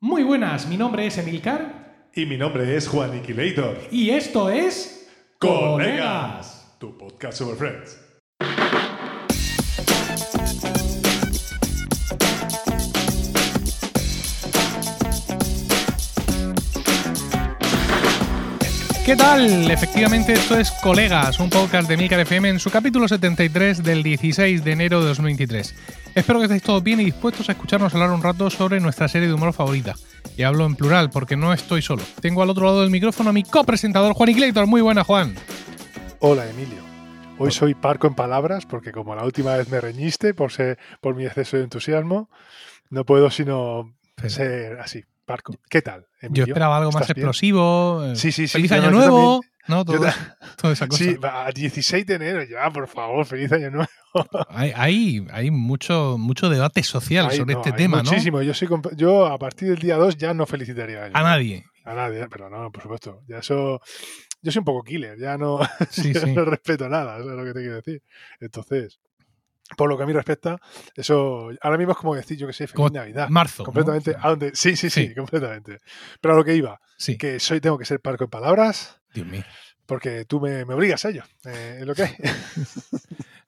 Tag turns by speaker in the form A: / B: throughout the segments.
A: Muy buenas, mi nombre es Emilcar
B: Y mi nombre es Juan Iquilator.
A: y esto es.
B: Colegas, tu podcast sobre Friends.
A: ¿Qué tal? Efectivamente, esto es Colegas, un podcast de Milcar FM en su capítulo 73 del 16 de enero de 2023. Espero que estéis todos bien y dispuestos a escucharnos hablar un rato sobre nuestra serie de humor favorita. Y hablo en plural porque no estoy solo. Tengo al otro lado del micrófono a mi copresentador Juan Iglesias. Muy buena, Juan.
C: Hola Emilio. Hoy soy parco en palabras porque como la última vez me reñiste por ser por mi exceso de entusiasmo, no puedo sino
A: Pero-
C: ser así, parco. ¿Qué tal,
A: Yo
C: Emilio?
A: esperaba algo más
C: ¿Estás bien?
A: explosivo. eh,
C: Sí, sí, sí,
A: Feliz
C: yo-
A: año
C: yo
A: nuevo. ¿No?
C: Yo
A: Todo,
C: ta-
A: toda esa cosa.
C: Sí, va, 16 de enero ya, por favor, feliz año nuevo.
A: Hay, hay, hay mucho, mucho debate social
C: Ay,
A: sobre
C: no,
A: este
C: hay
A: tema,
C: muchísimo. Yo, soy comp- yo a partir del día 2 ya no felicitaría año
A: ¿no? A
C: nuevo.
A: nadie.
C: A nadie, pero no, por supuesto. Ya eso, yo soy un poco killer, ya no,
A: Sí,
C: yo
A: sí.
C: no respeto nada, eso es lo que te quiero decir. Entonces, por lo que a mí respecta, eso ahora mismo es como decir, yo que sé, feliz
A: Como
C: Navidad.
A: Marzo. ¿no?
C: completamente,
A: O sea,
C: a donde, sí, sí, sí,
A: Sí.
C: completamente. Pero a lo que iba,
A: Sí.
C: que soy, tengo que ser parco en palabras,
A: Dios mío.
C: porque tú me, me obligas a ello. eh, es lo que hay.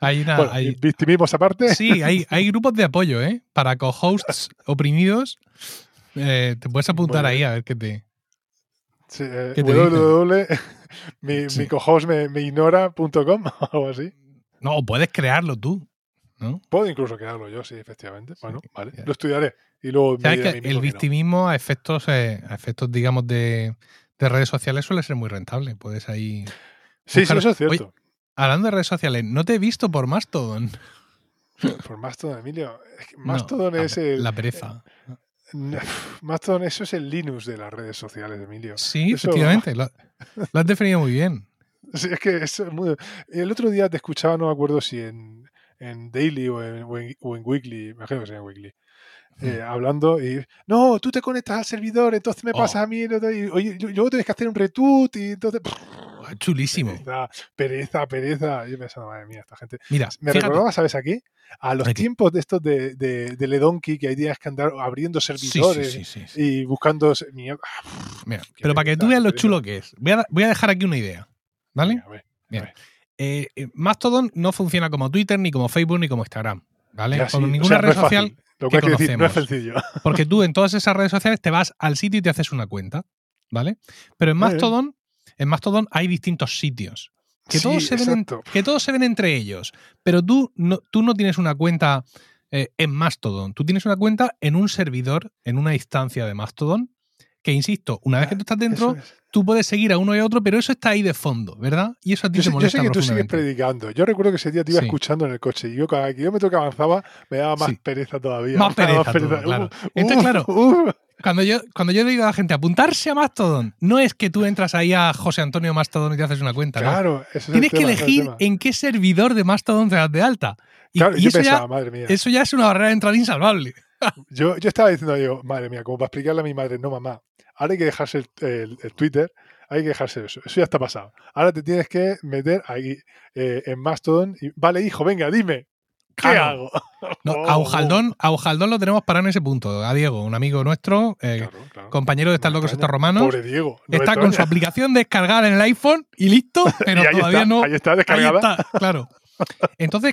A: Hay una-
C: Bueno,
A: hay-
C: victimismos aparte.
A: Ah, sí, hay, hay grupos de apoyo, ¿eh? Para co-hosts oprimidos. Eh, te puedes apuntar
C: Bueno.
A: ahí a ver qué te.
C: Sí, eh,
A: ¿Qué te
C: www, mi,
A: Sí.
C: mi cohost me, me ignora.com o algo así.
A: No, puedes crearlo tú. ¿no?
C: Puedo incluso quedarlo yo, sí, efectivamente. Bueno, vale.
A: ya.
C: Lo estudiaré. Y luego me
A: Sabes
C: diré a
A: que
C: mí mismo
A: el
C: que no.
A: victimismo a efectos, eh, a efectos digamos, de, de redes sociales suele ser muy rentable. Puedes ahí.
C: Sí, sí,
A: Buscar-
C: eso es cierto.
A: Hablando de redes sociales, no te he visto por Mastodon.
C: Por Mastodon, Emilio. Es que
A: No,
C: Mastodon
A: la
C: es
A: pe-
C: el.
A: La pereza.
C: Mastodon, eso es el Linux de las redes sociales, Emilio.
A: Sí,
C: Eso-
A: efectivamente. Lo, lo has definido muy bien.
C: Sí, es que es muy- El otro día te escuchaba, no me acuerdo si en, en Daily o en, o en- o en Weekly, me imagino que sea en Weekly,
A: Mm.
C: eh, hablando y. No, tú te conectas al servidor, entonces me
A: Oh.
C: pasas a mí. no te- y, oye, yo- luego tienes que hacer un retweet y entonces.
A: Ah, Chulísimo.
C: Pereza, pereza, pereza. Yo pensando, madre mía, esta gente.
A: Mira,
C: Me
A: fíjate,
C: recordaba, ¿sabes aquí? A los
A: ¿A qué?
C: tiempos de estos de, de, de Ledonky, que hay días que andar abriendo
A: Sí, sí,
C: servidores
A: sí, sí, sí.
C: y buscando Ah, se- mierda.
A: Mira,
C: qué
A: pero para que
C: pereza,
A: tú veas
C: qué
A: lo
C: pereza.
A: chulo que es, voy a, voy a dejar aquí una idea. ¿Vale?
C: Venga, a ver,
A: Eh, eh, Mastodon no funciona como Twitter, ni como Facebook, ni como Instagram. ¿Vale?
C: ya,
A: como
C: sí. O
A: ninguna
C: sea, no
A: red
C: es fácil,
A: social,
C: Lo
A: que
C: cual quiere decir, no es
A: conocemos.
C: sencillo.
A: porque tú en todas esas redes sociales te vas al sitio y te haces una cuenta. ¿Vale? Pero en
C: Muy bien.
A: Mastodon, en Mastodon hay distintos sitios. Que,
C: Sí,
A: todos se ven en-
C: exacto.
A: que todos se ven entre ellos. Pero tú no, tú no tienes una cuenta eh, en Mastodon. Tú tienes una cuenta en un servidor, en una instancia de Mastodon. Que insisto, una vez que tú estás dentro,
C: Ah, Eso es.
A: tú puedes seguir a uno y a otro, pero eso está ahí de fondo, ¿verdad? Y eso a ti
C: Yo
A: te
C: sé, yo
A: molesta
C: sé que tú sigues
A: profundamente.
C: predicando. Yo recuerdo que ese día te iba
A: Sí.
C: escuchando en el coche y yo cada kilómetro que avanzaba me daba más
A: Sí.
C: pereza todavía.
A: Más
C: me daba
A: pereza todo, claro.
C: Uh,
A: Entonces,
C: uh,
A: claro,
C: uh.
A: Cuando yo, cuando yo le digo a la gente apuntarse a Mastodon, no es que tú entras ahí a José Antonio Mastodon y te haces una cuenta, ¿no?
C: claro, ese es el
A: Tienes que
C: tema, ese es el
A: elegir
C: tema.
A: en qué servidor de Mastodon te das de alta. Y,
C: Claro,
A: y
C: yo
A: eso,
C: pensaba,
A: ya,
C: madre mía.
A: eso ya es una barrera de entrada insalvable.
C: Yo, yo estaba diciendo, digo, madre mía, como para explicarle a mi madre, no mamá, ahora hay que dejarse el, el- el Twitter, hay que dejarse eso, eso ya está pasado. Ahora te tienes que meter ahí eh, en Mastodon y, vale, hijo, venga, dime, ¿qué
A: Claro.
C: hago?
A: No,
C: Oh,
A: a, Ujaldón, a Ujaldón lo tenemos parado en ese punto. A Diego, un amigo nuestro, eh,
C: Claro, claro.
A: compañero de Están
C: No
A: Locos
C: extraña.
A: Estos Romanos,
C: Pobre Diego. no
A: está
C: extraña.
A: con su aplicación descargada en el iPhone y listo, pero
C: Y ahí
A: todavía
C: está,
A: no,
C: Ahí está
A: Ahí
C: descargada.
A: está, claro. Entonces,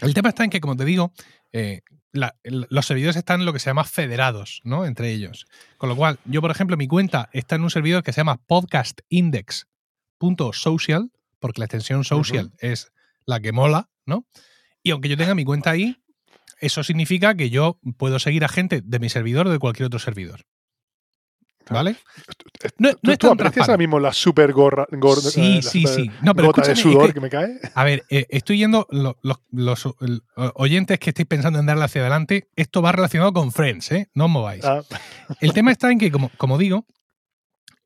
A: el tema está en que, como te digo, eh, la- el- los servidores están lo que se llama federados, ¿no? Entre ellos. Con lo cual, yo, por ejemplo, mi cuenta está en un servidor que se llama podcastindex.social, porque la extensión social es la que mola, ¿no? Y aunque yo tenga mi cuenta ahí, eso significa que yo puedo seguir a gente de mi servidor o de cualquier otro servidor. ¿Vale? No,
C: ¿Tú,
A: no es
C: tú
A: tan
C: aprecias
A: transparente.
C: ahora mismo la super gorra, gorda-
A: Sí,
C: eh, la
A: sí,
C: super
A: sí. No, pero
C: gota
A: escúchame,
C: de
A: es
C: sudor
A: que-
C: que me cae?
A: a ver, eh, estoy yendo, lo- los, los, eh, oyentes que estéis pensando en darle hacia adelante, esto va relacionado con Friends, ¿eh? No os mováis.
C: Ah,
A: El tema está en que, como, como digo,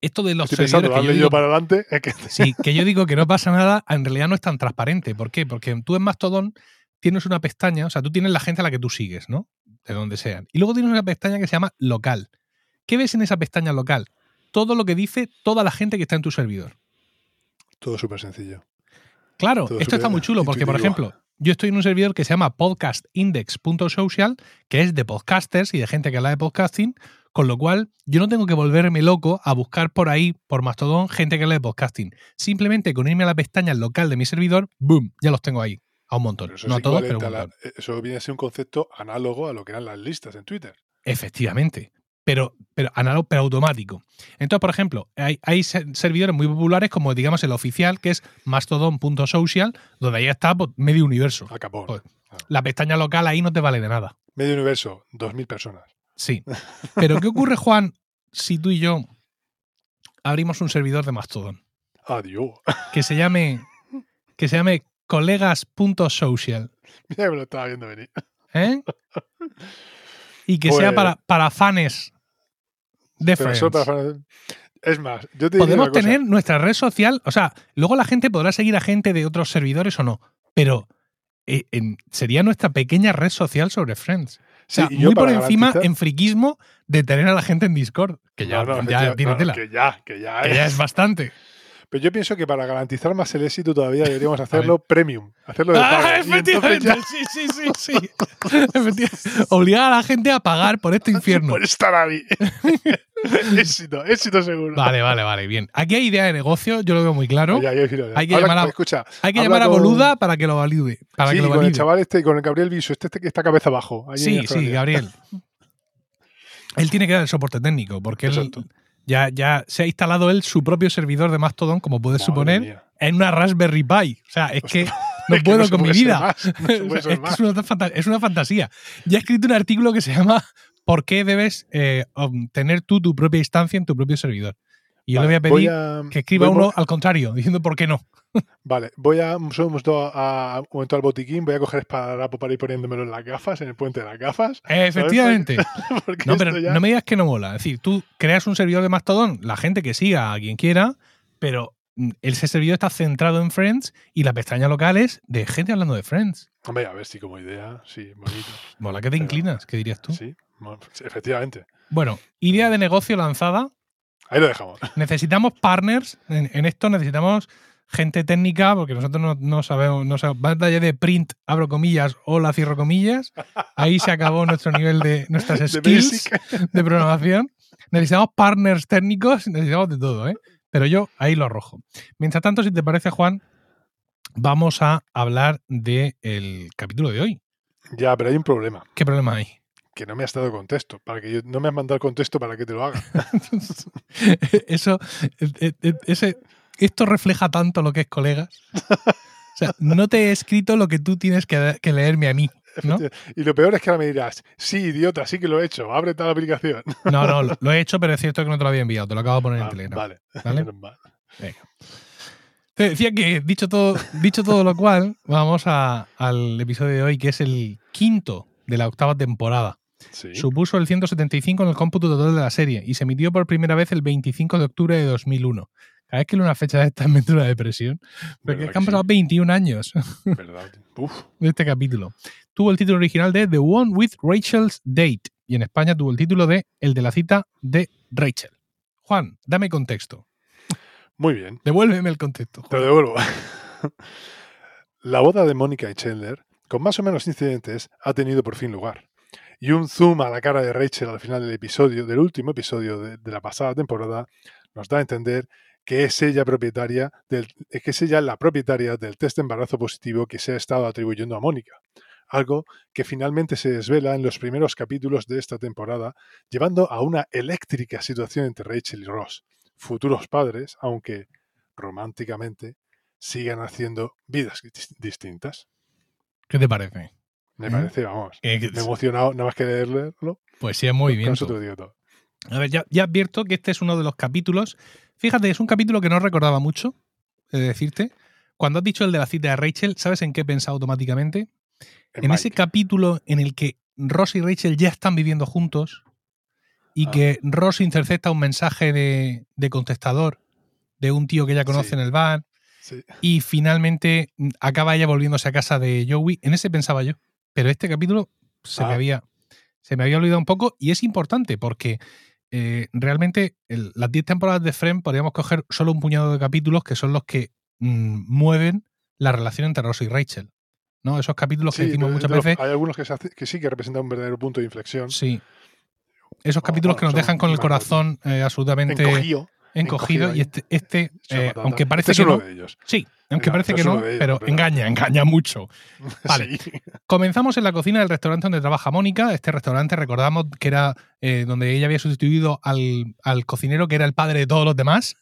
A: esto de los
C: estoy pensando,
A: servidores que
C: darle
A: yo
C: yo
A: digo-
C: para adelante. Es que,
A: Sí, que yo digo que no pasa nada, en realidad no es tan transparente. ¿Por qué? Porque tú en Mastodon tienes una pestaña, o sea, tú tienes la gente a la que tú sigues, ¿no? De donde sean. Y luego tienes una pestaña que se llama local. ¿Qué ves en esa pestaña local? Todo lo que dice toda la gente que está en tu servidor.
C: todo súper sencillo.
A: Claro,
C: Todo
A: esto está
C: súper
A: muy chulo porque, por
C: intuitivo.
A: ejemplo, yo estoy en un servidor que se llama podcastindex.social, que es de podcasters y de gente que habla de podcasting, Con lo cual, yo no tengo que volverme loco a buscar por ahí, por Mastodon, gente que lee podcasting. Simplemente con irme a la pestaña local de mi servidor, ¡boom! Ya los tengo ahí. A un montón.
C: Pero eso,
A: no
C: es
A: a todos, pero
C: equivalente
A: un
C: a la-
A: montón.
C: eso viene a ser un concepto análogo a lo que eran las listas en Twitter.
A: Efectivamente. Pero, pero análogo, pero automático. Entonces, por ejemplo, hay, hay se- servidores muy populares como, digamos, el oficial, que es mastodon.social, donde ahí está pues, medio universo.
C: A Capón.
A: Joder. La pestaña local ahí no te vale de nada.
C: Medio universo, 2.000 personas.
A: Sí. Pero, ¿qué ocurre, Juan, si tú y yo abrimos un servidor de Mastodon
C: Adiós.
A: que se llame, que se llame colegas.social?
C: Mira que me lo estaba viendo venir.
A: ¿eh? Y que
C: Pues-
A: sea para, para fans de
C: Pero
A: Friends.
C: solo para fan- Es más, yo te diría
A: Podemos
C: una cosa.
A: tener nuestra red social, o sea, luego la gente podrá seguir a gente de otros servidores o no, pero eh, en- sería nuestra pequeña red social sobre Friends. O sea,
C: Sí, y yo
A: muy por
C: para
A: encima
C: garantizar-
A: en friquismo de tener a la gente en Discord, que ya,
C: No, no,
A: ya
C: efectiva-
A: tiene
C: no,
A: tela,
C: Que ya, que ya.
A: que
C: es.
A: ya es bastante.
C: Pero yo pienso que para garantizar más el éxito todavía deberíamos hacerlo premium. Hacerlo de pago.
A: Ah,
C: Y entonces
A: efectivamente,
C: ya-
A: sí, sí, sí, sí. Efectivamente. Obligar a la gente a pagar por este infierno.
C: Por estar ahí. éxito, éxito seguro.
A: Vale, vale, vale, bien. Aquí hay idea de negocio, yo lo veo muy claro.
C: Ya, ya, ya, ya.
A: Hay que
C: Habla-
A: llamar a-
C: Escucha,
A: Hay que
C: habla
A: llamar a
C: con-
A: Boluda para que lo valide. Para
C: sí,
A: que lo
C: con el
A: valide.
C: chaval este, con el Gabriel Viso, este, este que está cabeza abajo. ahí en
A: Sí,
C: el
A: sí,
C: escenario.
A: Gabriel. Él tiene que dar el soporte técnico, porque él
C: Exacto.
A: ya, ya se ha instalado él su propio servidor de Mastodon, como puedes
C: Madre
A: suponer,
C: mía.
A: en una Raspberry Pi. O sea, es que no
C: Es que
A: puedo
C: se
A: con mi
C: puede ser
A: vida.
C: más,
A: O
C: no
A: sea,
C: se puede
A: es,
C: ser
A: que
C: más.
A: es una fanta- es una fantasía. Ya he escrito un artículo que se llama ¿Por qué debes eh, ob- tener tú tu propia instancia en tu propio servidor? Y yo le voy a pedir
C: a-
A: que escriba
C: voy-
A: uno al contrario, diciendo por qué no.
C: Vale, voy a un momento, a, un momento al botiquín, voy a coger esparadrapo para ir poniéndomelo en las gafas, en el puente de las gafas.
A: Eh, Efectivamente.
C: Porque
A: No, pero
C: esto ya-
A: no me digas que no mola. Es decir, tú creas un servidor de Mastodon, la gente que siga a quien quiera, pero mm, ese servidor está centrado en Friends y la pestaña local es de gente hablando de Friends.
C: Hombre, a ver si como idea, sí, bonito.
A: Mola que te
C: Pero-
A: inclinas, ¿qué dirías tú?
C: Sí, bueno, pues, efectivamente.
A: Bueno, idea de negocio lanzada.
C: Ahí lo dejamos.
A: Necesitamos partners. En, en esto necesitamos gente técnica, porque nosotros no, no sabemos, no sabemos. Batalla de print, abro comillas, hola, cierro comillas. Ahí se acabó nuestro nivel de nuestras
C: De
A: skills.
C: basic.
A: de programación. Necesitamos partners técnicos, necesitamos de todo, ¿eh? Pero yo ahí lo arrojo. Mientras tanto, si te parece, Juan, vamos a hablar del capítulo de hoy.
C: Ya, pero hay un problema,
A: ¿Qué problema hay?
C: que no me has dado contexto, para que yo, no me has mandado el contexto para que te lo haga.
A: Eso, eh, eh, ese, esto refleja tanto lo que es colegas. O sea, no te he escrito lo que tú tienes que, que leerme a mí, ¿no?
C: Y lo peor es que ahora me dirás, sí, idiota, sí que lo he hecho, abre tal aplicación.
A: No, no, lo, lo he hecho, pero es cierto que no te lo había enviado, te lo acabo de poner
C: Ah,
A: en Telegram.
C: vale,
A: ¿vale?
C: menos mal.
A: Te decía que, dicho todo, dicho todo lo cual, vamos a- al episodio de hoy, que es el quinto de la octava temporada.
C: Sí.
A: Supuso el 175 en el cómputo total de la serie y se emitió por primera vez el 25 de octubre de 2001. Cada vez que leo una fecha de esta me entra una depresión. Porque
C: ¿Verdad
A: es que
C: que
A: han
C: sí?
A: pasado 21 años
C: ¿Verdad? Uf,
A: de este capítulo. Tuvo el título original de The One with Rachel's Date y en España tuvo el título de El de la cita de Rachel. Juan, dame contexto.
C: muy bien.
A: Devuélveme el contexto.
C: Te
A: Juan.
C: lo devuelvo. La boda de Mónica y Chandler, con más o menos incidentes, ha tenido por fin lugar. Y un zoom a la cara de Rachel al final del episodio, del último episodio de, de la pasada temporada, nos da a entender que es ella propietaria del, que es ella la propietaria del test de embarazo positivo que se ha estado atribuyendo a Mónica. Algo que finalmente se desvela en los primeros capítulos de esta temporada, llevando a una eléctrica situación entre Rachel y Ross, futuros padres, aunque románticamente sigan haciendo vidas dis- distintas.
A: ¿Qué te parece?
C: Me
A: ¿Eh?
C: parece, vamos.
A: Eh, que-
C: Me he emocionado nada más que leerlo.
A: Pues sí, es muy
C: Con
A: bien.
C: eso te lo digo todo.
A: A ver, ya, ya advierto que este es uno de los capítulos. Fíjate, es un capítulo que no recordaba mucho, he de decirte. Cuando has dicho el de la cita de Rachel, ¿sabes en qué he pensado automáticamente? En,
C: En
A: ese
C: Mike.
A: capítulo en el que Ross y Rachel ya están viviendo juntos y
C: Ah.
A: que Ross intercepta un mensaje de, de contestador de un tío que ella conoce
C: Sí.
A: en el bar
C: Sí.
A: y finalmente mm, acaba ella volviéndose a casa de Joey. En ese pensaba yo. Pero este capítulo se, me,
C: Ah.
A: había, se me había olvidado un poco y es importante porque eh, realmente el- las 10 temporadas de Friends podríamos coger solo un puñado de capítulos que son los que mm, mueven la relación entre Ross y Rachel. ¿no? Esos capítulos
C: Sí,
A: que decimos
C: pero
A: muchas
C: de los-
A: veces.
C: Hay algunos que, se hace- que sí que representan un verdadero punto de inflexión.
A: Sí. Esos
C: No,
A: capítulos
C: bueno,
A: que nos
C: Oh, son
A: dejan con el
C: una cosa.
A: corazón eh, absolutamente encogido,
C: encogido. encogido
A: y este, este
C: Se
A: eh,
C: llama
A: aunque
C: Tatán.
A: parece que
C: Este es uno
A: no,
C: de ellos.
A: sí, aunque
C: Venga,
A: parece
C: este
A: que
C: es
A: no,
C: uno de ellos,
A: pero
C: venga.
A: engaña, engaña mucho. Vale.
C: Sí.
A: Comenzamos en la cocina del restaurante donde trabaja Mónica. Este restaurante recordamos que era eh, donde ella había sustituido al, al cocinero que era el padre de todos los demás,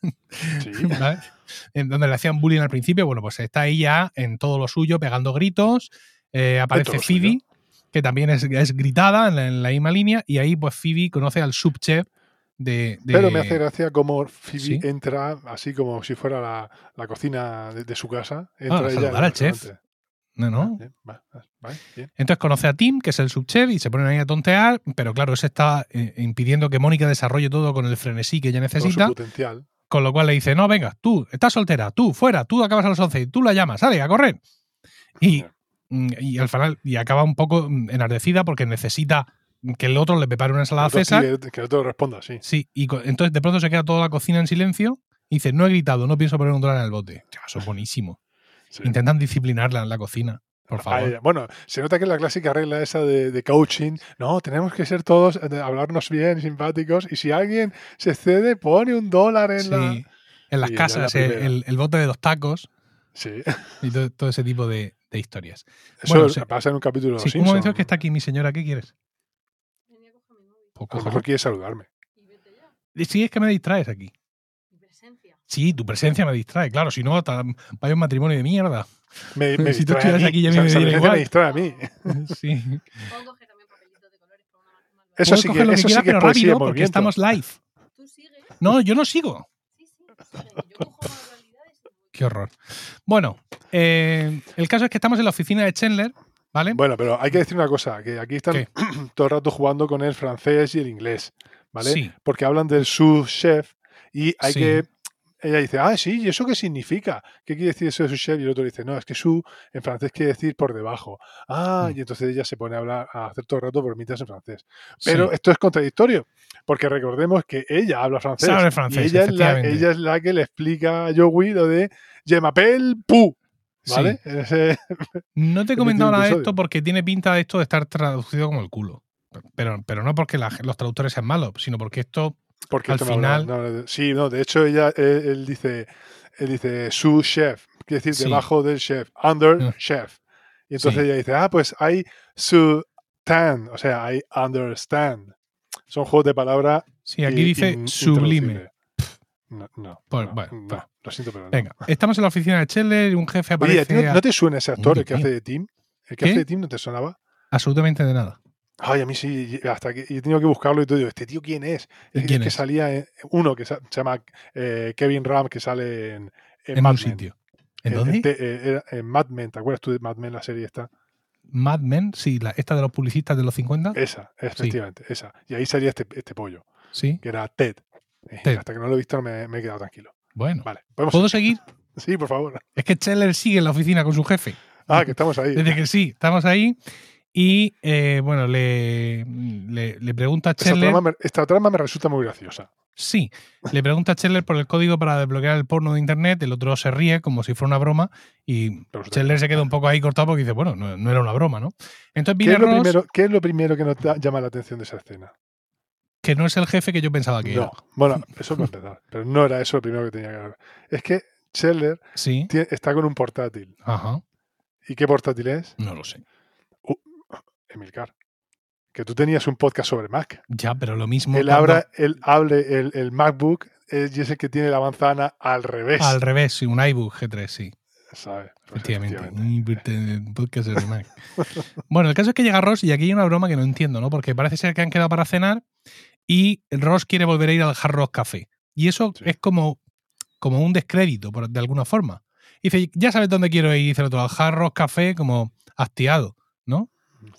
C: Sí.
A: ¿vale? en donde le hacían bullying al principio. Bueno, pues está ella en todo lo suyo pegando gritos. Eh, aparece
C: todo lo
A: Phoebe, que también es, es gritada en la, en la misma línea, y ahí pues Phoebe conoce al subchef de, de-
C: Pero me hace gracia como Phoebe
A: Sí.
C: entra así como si fuera la, la cocina de, de su casa.
A: a
C: Entra ella en
A: Ah, saludar
C: el
A: al chef,
C: restaurante.
A: No, no.
C: Bien, va, va, vale, bien.
A: Entonces conoce a Tim, que es el subchef, y se ponen ahí a tontear, pero claro, se está eh, impidiendo que Mónica desarrolle todo con el frenesí que ella
C: Todo su
A: necesita,
C: potencial.
A: con lo cual le dice, no, venga, tú, estás soltera, tú, fuera, tú acabas a las 11, tú la llamas, sale, a correr. Y,
C: Ya.
A: mm, y al final, y acaba un poco mm, enardecida porque necesita que el otro le prepare una ensalada
C: Entonces,
A: César.
C: Que, que no te responda, sí.
A: Sí, y co- entonces de pronto se queda toda la cocina en silencio y dice, no he gritado, no pienso poner un dólar en el bote. Tío, Eso es buenísimo.
C: sí.
A: Intentan disciplinarla en la cocina, por
C: A
A: favor.
C: ella. Bueno, se nota que es la clásica regla esa de, de coaching. No, tenemos que ser todos, eh, de hablarnos bien, simpáticos. Y si alguien se excede, pone un dólar en
A: Sí,
C: la.
A: en las
C: Sí, ya
A: casas, eh,
C: la
A: el,
C: primera.
A: el- el bote de los tacos
C: Sí,
A: y todo, todo ese tipo de, de historias.
C: eso
A: Bueno, sí.
C: pasa en un capítulo de
A: Sí,
C: los
A: un momento
C: Simpsons.
A: que está aquí mi señora, ¿qué quieres?
D: Venía a coger mi móvil
A: Pues
C: A lo
A: cojo.
C: mejor quiere saludarme.
D: y vete ya.
A: Sí, es que me distraes aquí.
D: Mi presencia.
A: Sí, tu presencia me distrae, claro, si no, ta- vaya un matrimonio de mierda.
C: Me, me
A: Si tú
C: distrae a
A: estuvieras
C: mí.
A: aquí, ya
C: O sea,
A: me
C: esa
A: diera
C: emergencia
A: igual.
C: me distrae a mí.
A: Sí.
D: Puedo coger también papelitos de colores para una más- más
C: Eso
A: Puedes
C: sí que,
A: coger lo
C: eso sí
A: quieras,
C: que
A: pero
C: es poesía
A: rápido,
C: en
A: porque
C: movimiento.
A: estamos live.
D: barata. Tú sigues.
A: No, yo no sigo.
D: Sí, sí, sigue. Yo cojo manualidades y voy.
A: Qué horror. Bueno, eh, el caso es que estamos en la oficina de Chandler, ¿vale?
C: Bueno, pero hay que decir una cosa, que aquí están
A: ¿Qué?
C: todo el rato jugando con el francés y el inglés, ¿vale?
A: Sí.
C: Porque hablan del sous-chef y hay
A: Sí.
C: que... Ella dice, ah, sí, ¿y eso qué significa? ¿Qué quiere decir eso de sous-chef? Y el otro dice, no, es que sous en francés quiere decir por debajo. Ah,
A: Mm.
C: y entonces ella se pone a hablar, a hacer todo el rato bromitas en francés.
A: Sí.
C: Pero esto es contradictorio, porque recordemos que ella habla francés.
A: Sabe
C: y
A: francés,
C: ella, es la,
A: efectivamente.
C: ella es la que le explica a Joey lo de Je m'appelle Pou, ¿vale? En ese-
A: No te he
C: Repetido
A: comentado nada de
C: episodio.
A: esto porque tiene pinta de esto de estar traducido como el culo. Pero, pero no porque la- los traductores sean malos, sino porque esto.
C: Porque
A: Al
C: esto no hablaba-
A: final-
C: no, no, no. sí, no, de hecho ella, él, él dice, él dice su chef, quiere decir
A: Sí.
C: debajo del chef, under
A: Mm.
C: chef. Y entonces
A: Sí.
C: ella dice, ah, pues hay su tan, o sea, hay understand. Son juegos de palabra.
A: Sí, aquí
C: i-
A: dice
C: in-
A: sublime.
C: intraducible. Ah, No, no,
A: Pues,
C: no,
A: bueno,
C: no,
A: pues.
C: lo siento, pero no.
A: Venga, estamos en la oficina de Chandler y un jefe
C: Oye, ¿a
A: aparece
C: ti no,
A: a-
C: no te suena ese actor
A: Oye,
C: el que
A: ¿qué?
C: hace de Tim? ¿El que
A: ¿Qué?
C: hace de Tim no te sonaba?
A: absolutamente de nada.
C: Ay, a mí sí, y- hasta que y he tenido que buscarlo y todo. digo, ¿Este tío quién es?
A: ¿Y
C: Es
A: quién
C: que
A: es?
C: salía eh, uno que sa- se llama eh, Kevin Ram, que sale en, en,
A: En
C: Mad
A: un
C: Men.
A: sitio. ¿En
C: En-
A: dónde?
C: en te- eh, era- en Mad Men, ¿te acuerdas tú de Mad Men, la serie esta?
A: Mad Men, sí, la, esta de los publicistas de los 50.
C: Esa, efectivamente, esa. Y ahí salía este, este pollo,
A: Sí,
C: que era Ted. Eh,
A: Ted.
C: Hasta que no lo he visto no me, me he quedado tranquilo.
A: bueno.
C: Vale, podemos.
A: ¿Puedo seguir?
C: Sí, por favor.
A: Es que Chandler sigue en la oficina con su jefe.
C: Ah, que estamos ahí.
A: Desde que sí, estamos ahí. Y eh, bueno, le, le, le pregunta a
C: Esta
A: Chandler.
C: trama, me, esta trama me resulta muy graciosa.
A: Sí, le pregunta a Chandler por el código para desbloquear el porno de internet. El otro se ríe como si fuera una broma. Y
C: Pero resulta
A: Chandler se queda un poco ahí cortado porque dice, bueno, no, no era una broma, ¿no? Entonces
C: ¿Qué
A: viene
C: es, lo
A: Ross,
C: primero, ¿Qué es lo primero que nos da- llama la atención de esa escena?
A: que no es el jefe que yo pensaba Ah, que
C: No,
A: era.
C: bueno, eso para empezar. Pero no era eso lo primero que tenía que ver. Es que Scheller
A: Sí,
C: tie- está con un portátil.
A: ajá,
C: ¿Y qué portátil es?
A: no lo sé.
C: Emilcar. Que tú tenías un podcast sobre Mac.
A: Ya, pero lo mismo.
C: Él,
A: cuando-
C: abra, él abre el, el MacBook eh, y es el que tiene la manzana al revés.
A: Al revés, sí, un iBook G3, sí.
C: ¿sabes? Pues
A: Efectivamente. Mm, podcast de Mac. bueno, el caso es que llega Ross y aquí hay una broma que no entiendo, ¿no? Porque parece ser que han quedado para cenar y Ross quiere volver a ir al Hard Rock Café. Y eso
C: Sí.
A: es como, como un descrédito, por- de alguna forma. Y dice, ya sabes dónde quiero ir, dice el otro, al Hard Rock Café, como hastiado, ¿no?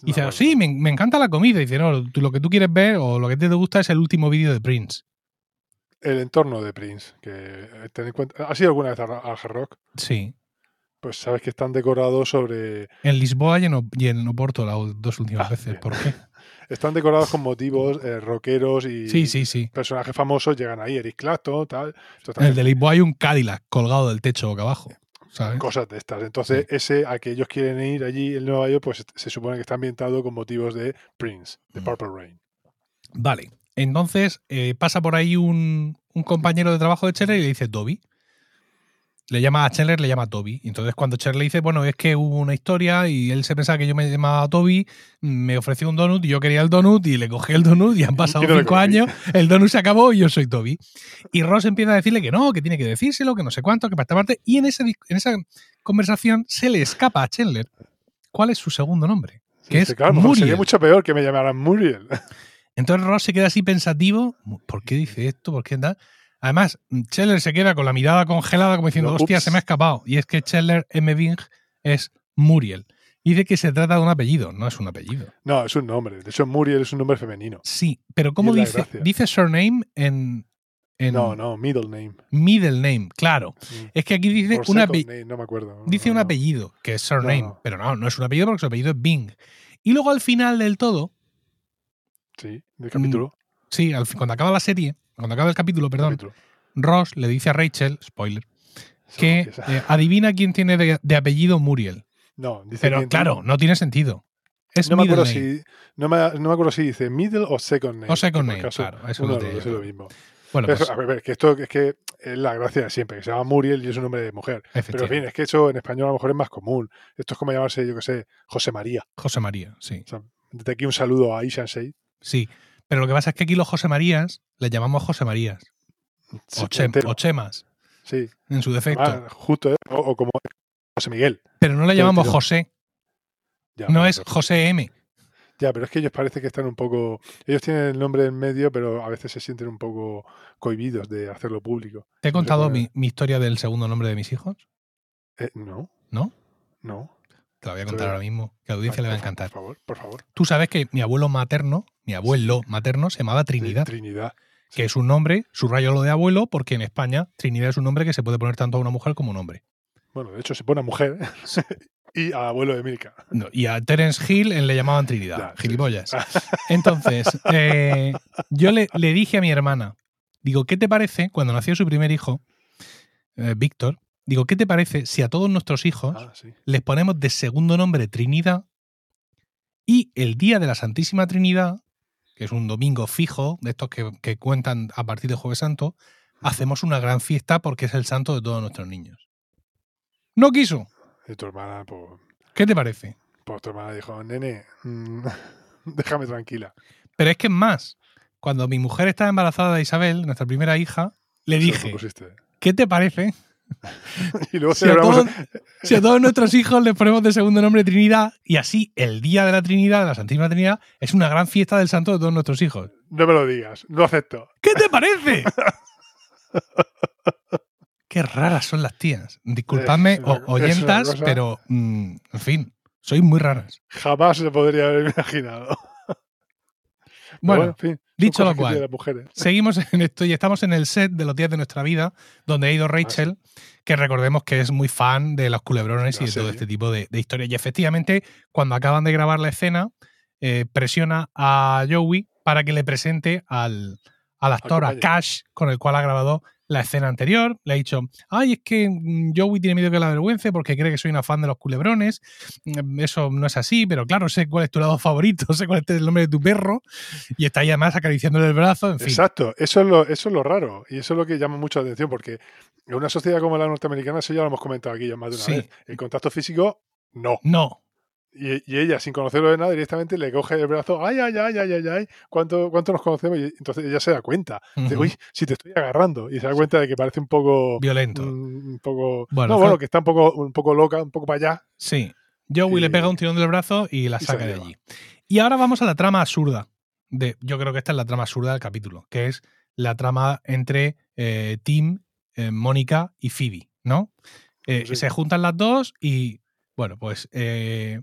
A: Y dice,
C: bueno.
A: sí, me, me encanta la comida. Y dice, no, tú- lo que tú quieres ver o lo que te gusta es el último vídeo de Prince.
C: El entorno de Prince. Que eh, ten en cuenta, ¿Has ido alguna vez al, al Hard Rock?
A: Sí.
C: Pues sabes que están decorados sobre.
A: En Lisboa y en, O- y en Oporto las dos últimas
C: Ah,
A: veces.
C: bien.
A: ¿Por qué?
C: Están decorados con motivos eh, rockeros y
A: Sí, sí, sí.
C: personajes famosos llegan ahí, Eric Clapton, tal. Esto
A: En
C: también
A: el de Lisboa hay un Cadillac colgado del techo boca abajo, ¿sabes?
C: cosas de estas. Entonces, ese a que ellos quieren ir allí en Nueva York, pues se supone que está ambientado con motivos de Prince, de
A: Mm.
C: Purple Rain.
A: Vale. Entonces eh, pasa por ahí un, un compañero de trabajo de Chandler y le dice Toby. Le llama a Chandler, le llama Toby. Y Entonces cuando Chandler le dice, bueno, es que hubo una historia y él se pensaba que yo me llamaba Toby, me ofreció un donut y yo quería el donut y le cogí el donut y han pasado
C: Y no le
A: cinco
C: cogí.
A: años, el donut se acabó y yo soy Toby. Y Ross empieza a decirle que no, que tiene que decírselo, que no sé cuánto, que para esta parte. Y en esa, dis- en esa conversación se le escapa a Chandler cuál es su segundo nombre, que es
C: claro, a lo mejor
A: Muriel.
C: sería mucho peor que me llamaran Muriel.
A: Entonces Ross se queda así pensativo. ¿Por qué dice esto? ¿Por qué tal? Además, Scheller se queda con la mirada congelada como diciendo,
C: No,
A: hostia,
C: ups.
A: se me ha escapado. Y es que Scheller M. Bing es Muriel. Y Dice que se trata de un apellido, no es un apellido.
C: No, es un nombre. De hecho, Muriel es un nombre femenino.
A: Sí, pero ¿cómo
C: es la
A: dice,
C: gracia.
A: dice surname en, en
C: No, no, middle name.
A: middle name? Claro.
C: Mm.
A: Es que aquí dice,
C: Or
A: un,
C: second
A: ape-
C: name, no me acuerdo.
A: dice
C: No,
A: un
C: no.
A: apellido, que es surname,
C: No.
A: pero no, no es un apellido porque su apellido es Bing. Y luego al final del todo,
C: Sí,
A: Mm,
C: de capítulo.
A: sí, al, fi- cuando acaba la serie, cuando acaba el capítulo, perdón,
C: capítulo.
A: Ross le dice a Rachel, spoiler, que
C: Esa-
A: eh, adivina quién tiene de, de apellido Muriel.
C: No, dice
A: Pero
C: que-
A: claro, no tiene sentido. Es
C: no me
A: middle
C: acuerdo
A: name.
C: si no me, no me acuerdo si dice middle o second name.
A: O second
C: que por
A: name,
C: caso,
A: claro, eso
C: uno
A: lo
C: de los
A: tiene
C: dos es lo
A: claro.
C: mismo.
A: Bueno,
C: Pero
A: pues,
C: eso, a ver, que esto es que es la gracia de siempre, que se llama Muriel y es un nombre de mujer. Pero en
A: efectivamente,
C: fin, es que eso en español a lo mejor es más común. Esto es como llamarse, yo qué sé, José María.
A: José María, sí,
C: O sea, desde aquí un saludo a Ishan Sei.
A: sí. Pero lo que pasa es que aquí los José Marías les llamamos José Marías o, Chem-
C: entero.
A: o Chemas,
C: Sí,
A: en su defecto.
C: Ah, justo, ¿eh? o, o como José Miguel.
A: pero no le
C: todo
A: llamamos
C: tirado.
A: José,
C: Ya,
A: no
C: pero-
A: es José M.
C: Ya, pero es que ellos parece que están un poco. Ellos tienen el nombre en medio, pero a veces se sienten un poco cohibidos de hacerlo público.
A: ¿Te he
C: No se
A: contado
C: puede.
A: mi, mi historia del segundo nombre de mis hijos?
C: Eh, no,
A: ¿No?
C: no.
A: Te la voy a
C: Sí.
A: contar ahora mismo, que a la audiencia le va a
C: Por fa-
A: encantar.
C: Por favor, por favor.
A: Tú sabes que mi abuelo materno, mi abuelo materno se llamaba
C: Sí,
A: Trinidad.
C: Trinidad.
A: que es un nombre, subrayo lo de abuelo, porque en España Trinidad es un nombre que se puede poner tanto a una mujer como a un hombre.
C: Bueno, de hecho se pone a mujer ¿eh? y a abuelo de Milka.
A: No, y a Terence Hill eh, le llamaban Trinidad,
C: Ya, sí.
A: gilipollas. Entonces, eh, yo le, le dije a mi hermana, digo, ¿qué te parece cuando nació su primer hijo, eh, Víctor? Digo, ¿qué te parece si a todos nuestros hijos
C: Ah, sí.
A: les ponemos de segundo nombre Trinidad y el día de la Santísima Trinidad, que es un domingo fijo, de estos que, que cuentan a partir de Jueves Santo, hacemos una gran fiesta porque es el santo de todos nuestros niños. No quiso.
C: Y tu hermana, pues,
A: ¿Qué te parece?
C: pues tu hermana dijo, nene, mm, déjame tranquila.
A: Pero es que es más. Cuando mi mujer estaba embarazada de Isabel, nuestra primera hija, le
C: Se lo
A: dije,
C: propusiste.
A: ¿qué te parece?
C: Y luego
A: Si a,
C: celebramos.
A: todos, si a todos nuestros hijos les ponemos de segundo nombre Trinidad y así el día de la Trinidad, de la Santísima Trinidad, es una gran fiesta del santo de todos nuestros hijos.
C: No me lo digas, no acepto.
A: ¿Qué te parece? Qué raras son las tías. Disculpadme,
C: Es una-
A: o-
C: es una
A: oyentas,
C: cosa-
A: pero mm, en fin, sois muy raras.
C: Jamás se podría haber imaginado. Pero
A: Bueno,
C: en fin, son
A: dicho
C: cosas
A: lo
C: que tienen
A: cual,
C: las mujeres.
A: seguimos en esto y estamos en el set de los días de nuestra vida, donde ha ido Rachel, que recordemos que es muy fan de los culebrones
C: La
A: y de todo
C: serie.
A: este tipo de, de historias. Y efectivamente, cuando acaban de grabar la escena, eh, presiona a Joey para que le presente al, al actor, a
C: compañero.
A: Cash, con el cual ha grabado la escena anterior. Le ha dicho, ay, es que mm, Joey tiene miedo que la avergüence porque cree que soy una fan de los culebrones. Mm, Eso no es así, pero claro, sé cuál es tu lado favorito, sé cuál es el nombre de tu perro. Y está ahí además acariciándole el brazo, en fin.
C: Exacto, eso es, lo, eso es lo raro y eso es lo que llama mucho la atención porque en una sociedad como la norteamericana, eso ya lo hemos comentado aquí ya más de una
A: Sí.
C: vez, el contacto físico, no.
A: No,
C: Y, y ella, sin conocerlo de nada, directamente le coge el brazo, ay, ay, ay, ay, ay, ay, ¿cuánto, cuánto nos conocemos? Y entonces ella se da cuenta, dice,
A: Ujú.
C: uy, si te estoy agarrando, y se da cuenta de que parece un poco...
A: violento.
C: Mm, Un un poco...
A: Bueno,
C: no,
A: claro.
C: bueno, que está un poco, un poco loca, un poco para allá.
A: Sí. Joey le
C: Sí.
A: pega un tirón del brazo y la
C: Y se
A: saca
C: la
A: de
C: lleva.
A: allí. Y ahora vamos a la trama absurda. De, yo creo que esta es la trama absurda del capítulo, que es la trama entre eh, Tim, eh, Mónica y Phoebe, ¿no? Eh,
C: Sí.
A: Se juntan las dos y, bueno, pues eh,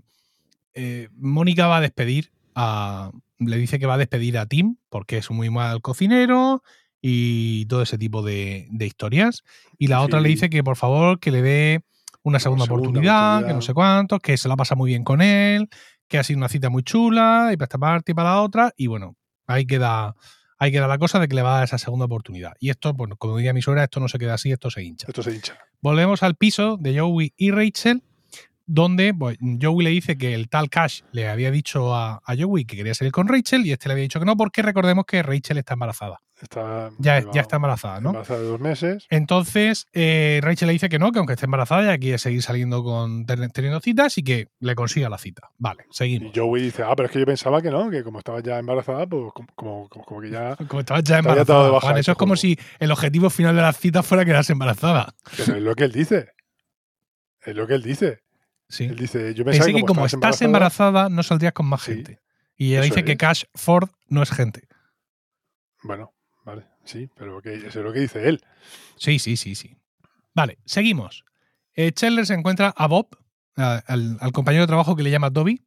A: eh, Mónica va a despedir a... Le dice que va a despedir a Tim porque es un muy mal cocinero y todo ese tipo de, de historias. Y la
C: Y
A: otra le
C: Phoebe-
A: dice que por favor que le dé una segunda,
C: segunda
A: oportunidad, que no
C: oportunidad.
A: sé cuántos, que se la pasa muy bien con él, que ha sido una cita muy chula, y para esta parte y para la otra, y bueno, ahí queda, ahí queda la cosa de que le va a dar esa segunda oportunidad. Y esto, bueno, como diría mi suegra, esto no se queda así, esto se hincha.
C: Esto se hincha.
A: Volvemos al piso de Joey y Rachel, donde pues, Joey le dice que el tal Cash le había dicho a, a Joey que quería salir con Rachel y este le había dicho que no, porque recordemos que Rachel está embarazada.
C: Está,
A: Ya,
C: lleva
A: ya está embarazada, ¿no?
C: embarazada de dos meses.
A: Entonces, eh, Rachel le dice que no, que aunque esté embarazada, ya quiere seguir saliendo con ten- teniendo citas y que le consiga la cita. Vale, seguimos.
C: Y Joey dice, ah, pero es que yo pensaba que no, que como estaba ya embarazada, pues como, como, como- como que ya...
A: Como estabas ya
C: Te había dado
A: embarazada.
C: de baja
A: Juan, eso
C: este
A: es como
C: juego.
A: si el objetivo final de las citas fuera quedarse embarazada.
C: Pero es lo que él dice. Es lo que él dice.
A: Sí.
C: Él dice, yo pensaba
A: Pensé que como
C: estabas
A: estás embarazada, no saldrías con más
C: Sí,
A: gente. Y ella
C: eso
A: dice que
C: es.
A: Cash Ford no es gente.
C: Bueno, vale, sí, pero que, eso es lo que dice él.
A: Sí, sí, sí, sí. Vale, seguimos. Eh, Chandler se encuentra a Bob, a- al, al compañero de trabajo que le llama Dobby,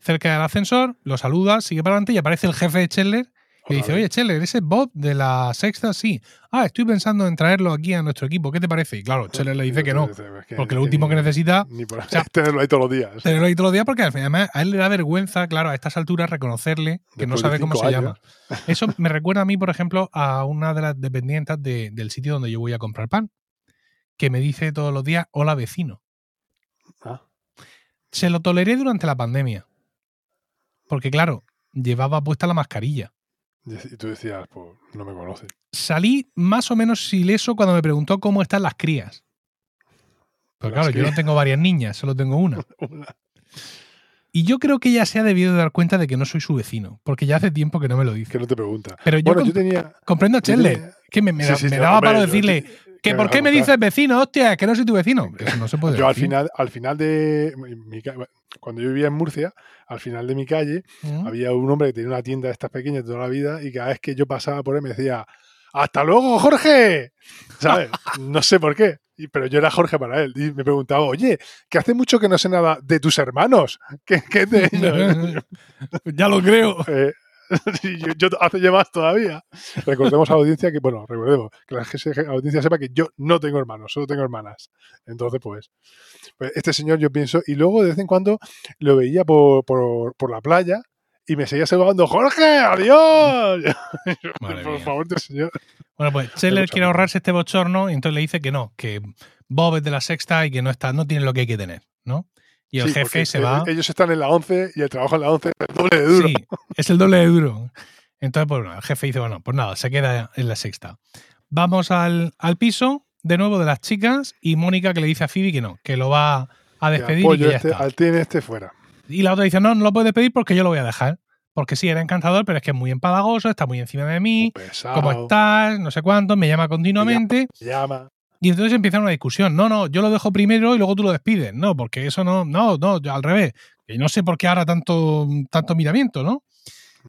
A: cerca del ascensor, lo saluda, sigue para adelante y aparece el jefe de Chandler y le
C: Otra
A: dice,
C: vez.
A: oye, Chandler, ¿ese es Bob de la sexta? Sí. Ah, estoy pensando en traerlo aquí a nuestro equipo, ¿qué te parece? Y claro, Chandler le dice que no,
C: Es
A: porque
C: es
A: lo último
C: ni-
A: que necesita
C: Ni por
A: sea,
C: tenerlo ahí todos los días.
A: tenerlo ahí todos los días porque al final, además, a él le da vergüenza, claro, a estas alturas reconocerle que no
C: Después de
A: sabe cómo
C: cinco
A: se
C: años.
A: llama. Eso me recuerda a mí, por ejemplo, a una de las dependientes de- del sitio donde yo voy a comprar pan, que me dice todos los días, hola vecino.
C: Ah.
A: Se lo toleré durante la pandemia. Porque claro, llevaba puesta la mascarilla.
C: Y tú decías, pues no me conoce.
A: Salí más o menos ileso cuando me preguntó cómo están las crías. Pero
C: Las
A: claro, yo no
C: crías.
A: tengo varias niñas, solo tengo una. Y yo creo que ella se ha debido de dar cuenta de que no soy su vecino, porque ya hace tiempo que no me lo dice.
C: Que no te pregunta.
A: Pero yo,
C: bueno,
A: com-
C: yo tenía.
A: comprendo a
C: yo tenía-
A: Chandler, que me, me
C: Sí,
A: da-
C: sí,
A: me
C: yo-
A: daba
C: hombre,
A: para
C: yo-
A: decirle, que
C: me
A: ¿por
C: vas
A: qué
C: a
A: me
C: contar.
A: dices vecino? Hostia, que no soy tu vecino. Hombre, Eso no se puede
C: Yo al
A: decir.
C: final, al final de. mi ca- cuando yo vivía en Murcia, al final de mi calle,
A: ¿Mm?
C: había un hombre que tenía una tienda de estas pequeñas toda la vida y cada vez que yo pasaba por él me decía, ¡Hasta luego, Jorge! ¿Sabes? No sé por qué. y- Pero yo era Jorge para él. Y me preguntaba, oye, que hace mucho que no sé nada de tus hermanos. ¿Qué, qué te-
A: ya lo creo.
C: Eh, sí, yo, yo hace ya más todavía. Recordemos a la audiencia que, bueno, recordemos que la gente- la audiencia sepa que yo no tengo hermanos, solo tengo hermanas. Entonces, pues, pues, este señor yo pienso, y luego de vez en cuando lo veía por, por- por la playa y me seguía saludando, Jorge, adiós.
A: Madre
C: por
A: mía.
C: favor, este señor.
A: Bueno, pues Chandler
C: mucha
A: quiere
C: broma.
A: ahorrarse este bochorno y entonces le dice que no, que Bob es de la sexta y que no está, no tiene lo que hay que tener, ¿no? Y el
C: Sí,
A: jefe
C: porque
A: se va.
C: el- Ellos están en la 11 y el trabajo en la 11 es el doble de duro.
A: Sí, es el doble de duro. Entonces, pues bueno, el jefe dice, bueno, pues nada, se queda en la sexta. Vamos al, al piso, de nuevo, de las chicas, y Mónica que le dice a Phoebe que no, que lo va a
C: Que
A: despedir y
C: apoyo
A: que ya
C: este-
A: está.
C: al tiene este fuera.
A: Y la otra dice, no, no lo puedes despedir porque yo lo voy a dejar. Porque sí, era encantador, pero es que es muy empalagoso, está muy encima de mí,
C: Pesado.
A: ¿cómo estás? No sé cuánto, me llama continuamente.
C: Llama.
A: Y entonces empieza una discusión. No, no, yo lo dejo primero y luego tú lo despides. No, porque eso no, no, no, yo al revés. Y no sé por qué ahora tanto, tanto miramiento, ¿no?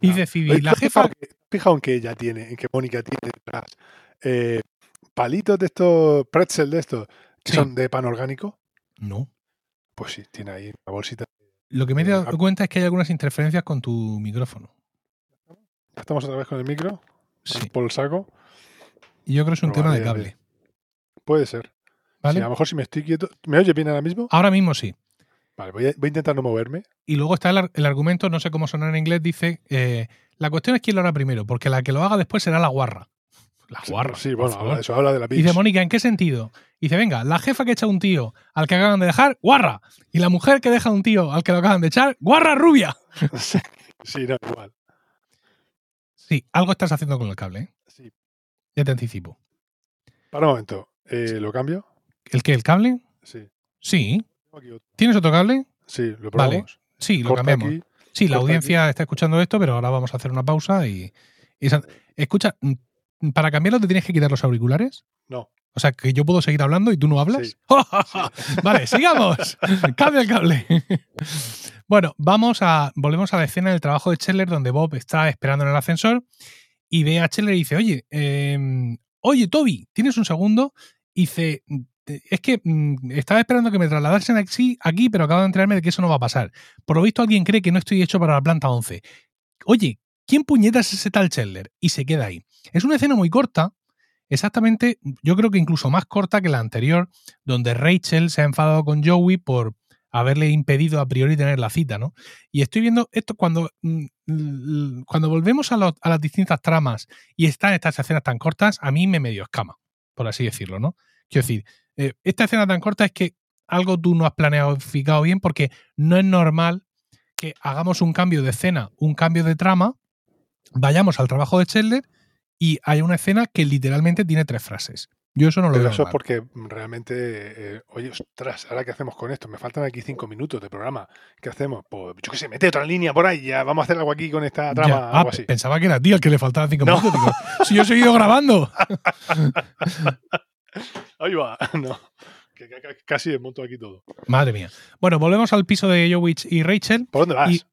A: Y dice Phoebe,
C: Oye,
A: la
C: ¿tú has
A: jefa.
C: fijado que- Fijaos que ella tiene, en que Mónica tiene detrás eh, palitos de estos, pretzel de estos, que
A: Sí.
C: son de pan orgánico.
A: No.
C: Pues sí, tiene ahí una bolsita.
A: Lo que me he
C: Eh,
A: dado
C: a-
A: cuenta es que hay algunas interferencias con tu micrófono.
C: Ya Estamos otra vez con el micro,
A: Sí.
C: por el saco.
A: Y yo creo que es un tema de
C: Probablemente.
A: cable.
C: Puede ser. Sí,
A: ¿Vale?
C: a lo mejor si me estoy quieto. ¿Me oye bien ahora mismo?
A: Ahora mismo sí.
C: Vale, voy a, voy a intentar no moverme.
A: Y luego está el, ar- el argumento, no sé cómo sonar en inglés, dice, eh, la cuestión es quién lo hará primero, porque la que lo haga después será la guarra. La guarra.
C: Sí,
A: por
C: bueno,
A: favor.
C: habla- eso habla de la
A: Y
C: pizza.
A: dice Mónica, ¿en qué sentido? Y dice, venga, la jefa que echa un tío al que acaban de dejar, guarra. Y la mujer que deja un tío al que lo acaban de echar, guarra rubia.
C: Sí, no, igual.
A: Sí, algo estás haciendo con el cable, ¿eh?
C: Sí.
A: Ya te anticipo.
C: Para un momento. Eh, ¿Lo cambio?
A: ¿El qué? ¿El cable?
C: Sí.
A: Sí.
C: Tengo aquí otro.
A: ¿Tienes otro cable?
C: Sí,
A: Vale,
C: lo probamos.
A: Sí, lo
C: Corta
A: cambiamos.
C: aquí.
A: Sí, la
C: Corta
A: audiencia está escuchando esto, pero ahora vamos a hacer una pausa y. y sa- escucha, mm, para cambiarlo te tienes que quitar los auriculares.
C: No.
A: O sea, que yo puedo seguir hablando y tú no hablas.
C: Sí.
A: vale, sigamos. Cambia el cable. bueno, vamos a. Volvemos a la escena del trabajo de Scheller, donde Bob está esperando en el ascensor y ve a Scheller y dice: Oye, em, oye, Toby, ¿tienes un segundo? Y dice. Es que mm, estaba esperando que me trasladasen aquí, aquí, pero acabo de enterarme de que eso no va a pasar. Por lo visto, alguien cree que no estoy hecho para la planta 11. Oye, ¿quién puñetas es ese tal Chandler? Y se queda ahí. Es una escena muy corta, exactamente, yo creo que incluso más corta que la anterior, donde Rachel se ha enfadado con Joey por haberle impedido a priori tener la cita, ¿no? Y estoy viendo esto cuando, mm, l- cuando volvemos a, lo- a las distintas tramas y están estas escenas tan cortas, a mí me medio escama, por así decirlo, ¿no? Quiero decir, eh, esta escena tan corta es que algo tú no has planificado bien porque no es normal que hagamos un cambio de escena, un cambio de trama, vayamos al trabajo de Chandler y hay una escena que literalmente tiene tres frases. Yo eso no lo
C: Pero
A: veo.
C: eso es
A: mal.
C: porque realmente, eh, oye, ostras, ¿ahora qué hacemos con esto? Me faltan aquí cinco minutos de programa. ¿Qué hacemos? Pues yo qué sé, mete otra línea por ahí, ya vamos a hacer algo aquí con esta trama,
A: Ya. Ah,
C: algo así.
A: Pensaba que era a ti al que le faltaban cinco
C: No.
A: minutos. Digo, si yo he seguido grabando.
C: Ahí va, no. Que, ca- ca- casi desmonto aquí todo.
A: Madre mía. Bueno, volvemos al piso de Jowich y Rachel.
C: ¿Por dónde vas?
A: Y-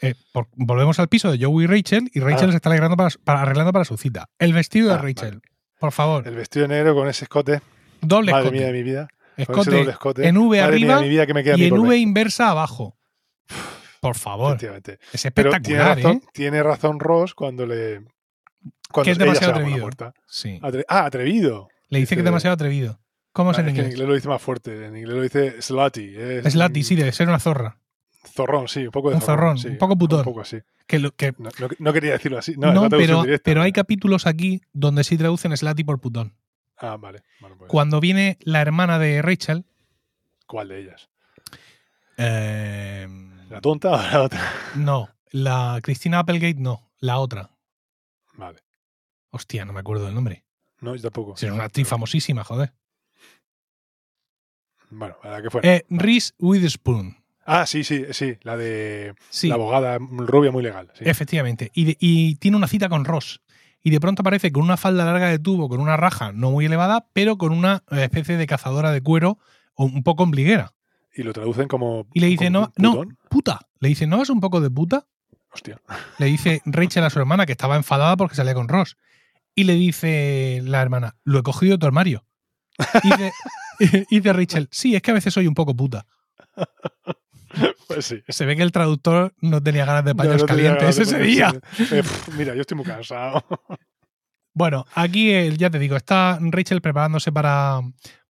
A: eh, por- volvemos al piso de Joey y Rachel y Rachel
C: Ah.
A: se está alegrando para, para- arreglando para su cita. El vestido de
C: Ah,
A: Rachel. Por favor,
C: El vestido negro con ese escote.
A: doble
C: madre
A: escote.
C: mía de mi vida. Con ese
A: Escote
C: doble escote.
A: en V
C: Madre mía
A: arriba
C: de mi vida que me queda a
A: y
C: mí
A: en
C: por
A: V
C: ver,
A: inversa abajo. Por favor,
C: efectivamente.
A: es
C: Pero tiene
A: espectacular,
C: razón,
A: ¿eh?
C: tiene razón Ross cuando le. Cuando
A: es demasiado
C: ella se va por la
A: atrevido.
C: puerta.
A: Sí.
C: Atre- ah, atrevido.
A: Le dice que es
C: dice-
A: demasiado atrevido. ¿Cómo
C: Ah,
A: se
C: es que en
A: entiende?
C: inglés lo dice más fuerte. En inglés lo dice slutty. Es,
A: Es Lati,
C: un
A: sí, de ser una zorra.
C: Zorrón, sí, un poco de
A: Un zorrón,
C: sí,
A: un poco putor.
C: Un poco así.
A: Que, lo- que-
C: No, no- no quería decirlo así.
A: no,
C: No, es la traducción
A: pero,
C: directa.
A: pero hay capítulos aquí donde sí traducen Slati por putón.
C: Ah, vale. Bueno, pues,
A: Cuando viene la hermana de Rachel,
C: ¿Cuál de ellas?
A: eh,
C: ¿La tonta o la otra?
A: no, la Cristina Applegate no, la otra.
C: Vale.
A: Hostia, no me acuerdo del nombre.
C: No, yo tampoco.
A: Si era una actriz famosísima, joder.
C: Bueno, a la que fuera.
A: Eh, Reese Witherspoon.
C: Ah, sí, sí, sí. La de
A: Sí,
C: la abogada rubia muy legal. sí.
A: efectivamente. Y, de- y tiene una cita con Ross. Y de pronto aparece con una falda larga de tubo, con una raja no muy elevada, pero con una especie de cazadora de cuero o un poco ombliguera.
C: Y lo traducen como.
A: Y le dice,
C: como
A: no,
C: un
A: no,
C: putón.
A: puta. Le dice, ¿no vas un poco de puta?
C: Hostia.
A: Le dice Rachel a su hermana, que estaba enfadada porque salía con Ross. Y le dice la hermana, lo he cogido de tu armario. Y dice, y dice Rachel, sí, es que a veces soy un poco puta.
C: Pues sí.
A: Se ve que el traductor no tenía ganas de paños
C: No, no tenía
A: calientes
C: ganas de
A: ese
C: poner-
A: día.
C: Eh, pf, mira, yo estoy muy cansado.
A: Bueno, aquí eh, ya te digo, está Rachel preparándose para,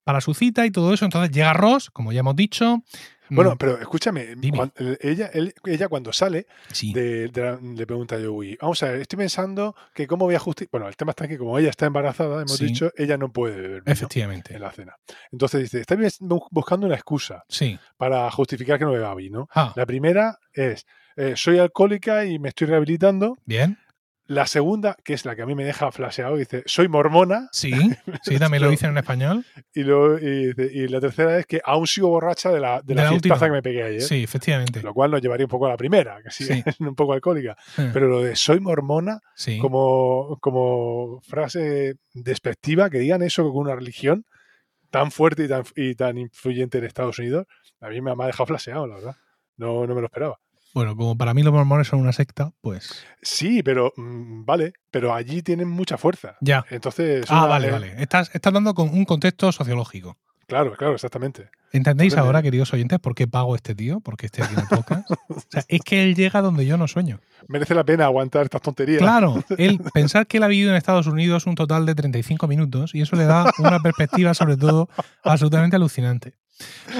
A: para su cita y todo eso. Entonces llega Ross, como ya hemos dicho. Mm,
C: Bueno, pero escúchame,
A: Dime.
C: cuan- el- ella, él- ella cuando sale
A: Mm, sí.
C: de- de la- le pregunta a Joey, vamos a ver, estoy pensando que cómo voy a justificar. Bueno, el tema está que como ella está embarazada, hemos
A: Sí.
C: dicho, ella no puede beber vino
A: Efectivamente.
C: en la cena. Entonces dice, está bien bu- buscando una excusa
A: Sí.
C: para justificar que no beba vino.
A: Ah,
C: La primera es, eh, soy alcohólica y me estoy rehabilitando.
A: bien.
C: La segunda, que es la que a mí me deja flaseado, dice, soy mormona.
A: Sí. Sí, también lo dicen en español.
C: Y, luego- y dice- y la tercera es que aún sigo borracha de la, de
A: De
C: la,
A: la
C: fiestaza
A: última.
C: que me pegué ayer.
A: Sí, efectivamente.
C: Lo cual nos llevaría un poco a la primera, que sí,
A: Sí.
C: es un poco alcohólica. Pero lo de soy mormona,
A: Sí.
C: como, como frase despectiva, que digan eso con una religión tan fuerte y tan, y tan influyente en Estados Unidos, a mí me ha me ha dejado flaseado, la verdad. No, no me lo esperaba.
A: Bueno, como para mí los mormones son una secta, pues.
C: Sí, pero mm, vale, pero allí tienen mucha fuerza.
A: Ya.
C: Entonces,
A: Ah,
C: una-
A: vale,
C: eh,
A: vale. Estás, estás dando con un contexto sociológico.
C: Claro, claro, exactamente.
A: ¿Entendéis
C: Hombre.
A: ahora, queridos oyentes, por qué pago a este tío? ¿Por qué este aquí en el podcast? O sea, es que él llega donde yo no sueño.
C: Merece la pena aguantar estas tonterías.
A: Claro, él, pensar que él ha vivido en Estados Unidos un total de 35 minutos y eso le da una perspectiva, sobre todo, absolutamente alucinante.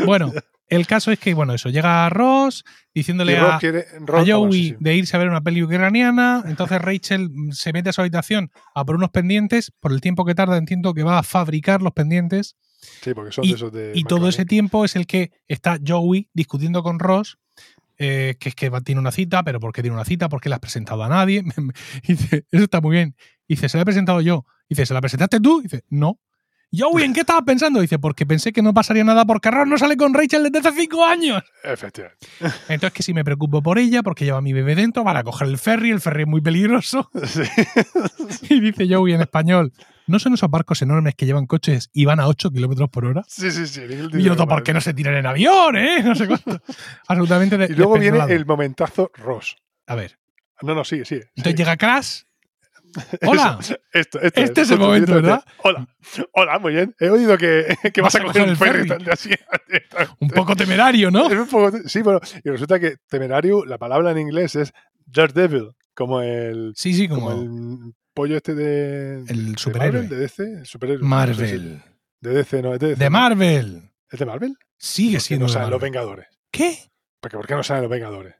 A: Bueno, el caso es que, bueno, eso, llega Ross
C: Y
A: diciéndole
C: Ross
A: a,
C: quiere-
A: a
C: Ross- ah, bueno, sí,
A: Joey
C: sí.
A: de irse a ver una peli ucraniana, entonces Rachel mm, se mete a su habitación a por unos pendientes, por el tiempo que tarda entiendo que va a fabricar los pendientes
C: Sí, porque son
A: y-
C: de esos de.
A: y todo
C: Macaroni.
A: ese tiempo es el que está Joey discutiendo con Ross, eh, que es que va- tiene una cita, pero ¿por qué tiene una cita? ¿Por qué la has presentado a nadie? Y dice, eso está muy bien. Y dice, se la he presentado yo. Y dice, ¿se la presentaste tú? Y dice, no. Joey, ¿en qué estabas pensando? Y dice, porque pensé que no pasaría nada porque Ross no sale con Rachel desde hace cinco años.
C: Efectivamente.
A: Entonces que si me preocupo por ella, porque lleva a mi bebé dentro, van a coger el ferry, el ferry es muy peligroso.
C: Sí.
A: Y dice Joey en español, ¿no son esos barcos enormes que llevan coches y van a 8 kilómetros por hora?
C: Sí, sí, sí. en inglés
A: Y
C: dice,
A: otro,
C: vale.
A: ¿por qué no se tiran en avión, eh? No sé cuánto. Absolutamente de,
C: Y luego viene
A: despeñolado.
C: el momentazo Ross.
A: A ver,
C: No, no, sigue, sigue.
A: entonces
C: sigue.
A: llega Crash. ¡Hola!
C: Eso, esto, esto
A: Este es el
C: justo,
A: momento,
C: directamente. Hola, hola, muy bien. He oído que, que vas, a coger un ferry.
A: ferry.
C: tal, así.
A: Un poco temerario, ¿no?
C: Es un poco- sí, bueno, y resulta que temerario, la palabra en inglés es Daredevil, como el,
A: Sí, sí, como,
C: como el pollo este de.
A: el
C: de Marvel,
A: superhéroe.
C: de DC, el superhéroe.
A: Marvel.
C: De DC, no, es de DC.
A: De Marvel.
C: ¿Es de Marvel?
A: Sigue
C: ¿Por qué
A: siendo
C: no
A: de
C: salen los
A: Marvel.
C: Vengadores?
A: ¿Qué?
C: Porque, ¿Por qué no salen los Vengadores?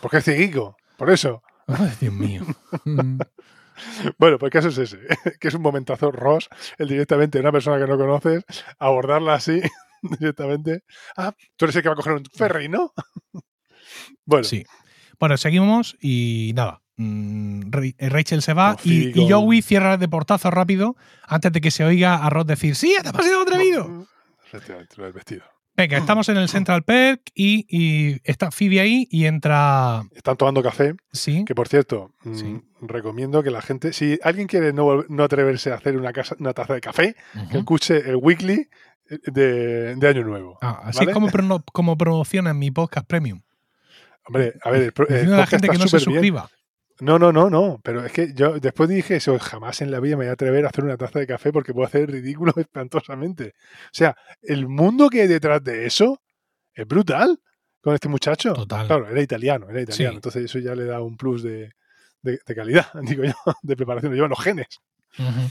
C: Porque es cieguico, por eso.
A: Ay, Dios mío. Mm.
C: Bueno, pues el caso es ese, que es un momentazo Ross, el directamente de una persona que no conoces, abordarla así, directamente. Ah, tú eres el que va a coger un ferry, ¿no? bueno,
A: Sí. Bueno, seguimos y nada. mm, Ra- Rachel se va
C: Por
A: y, y
C: fin, con-
A: Joey cierra de portazo rápido antes de que se oiga a Ross decir ¡Sí, está demasiado atrevido!
C: mm, efectivamente, lo del vestido.
A: Venga, estamos en el Central Perk y, y está Phoebe ahí y entra...
C: Están tomando café,
A: Sí,
C: que por cierto, mm,
A: Sí.
C: recomiendo que la gente, si alguien quiere no, vol- no atreverse a hacer una, casa, una taza de café, que
A: ujú.
C: escuche el weekly eh, de, de Año Nuevo.
A: Ah, así
C: ¿vale?
A: es como, prono- como promocionan mi podcast premium.
C: Hombre, a ver, el, pro- el
A: Diciendo a la
C: podcast
A: gente
C: está
A: que no se
C: súper bien.
A: suscriba.
C: No, no, no, no. Pero es que yo después dije eso, jamás en la vida me voy a atrever a hacer una taza de café porque puedo hacer ridículo espantosamente. O sea, el mundo que hay detrás de eso es brutal con este muchacho.
A: Total.
C: Claro, era italiano, era italiano.
A: Sí.
C: Entonces eso ya le da un plus de, de- de calidad, digo yo, de preparación. Lo llevan los genes.
A: Ujú.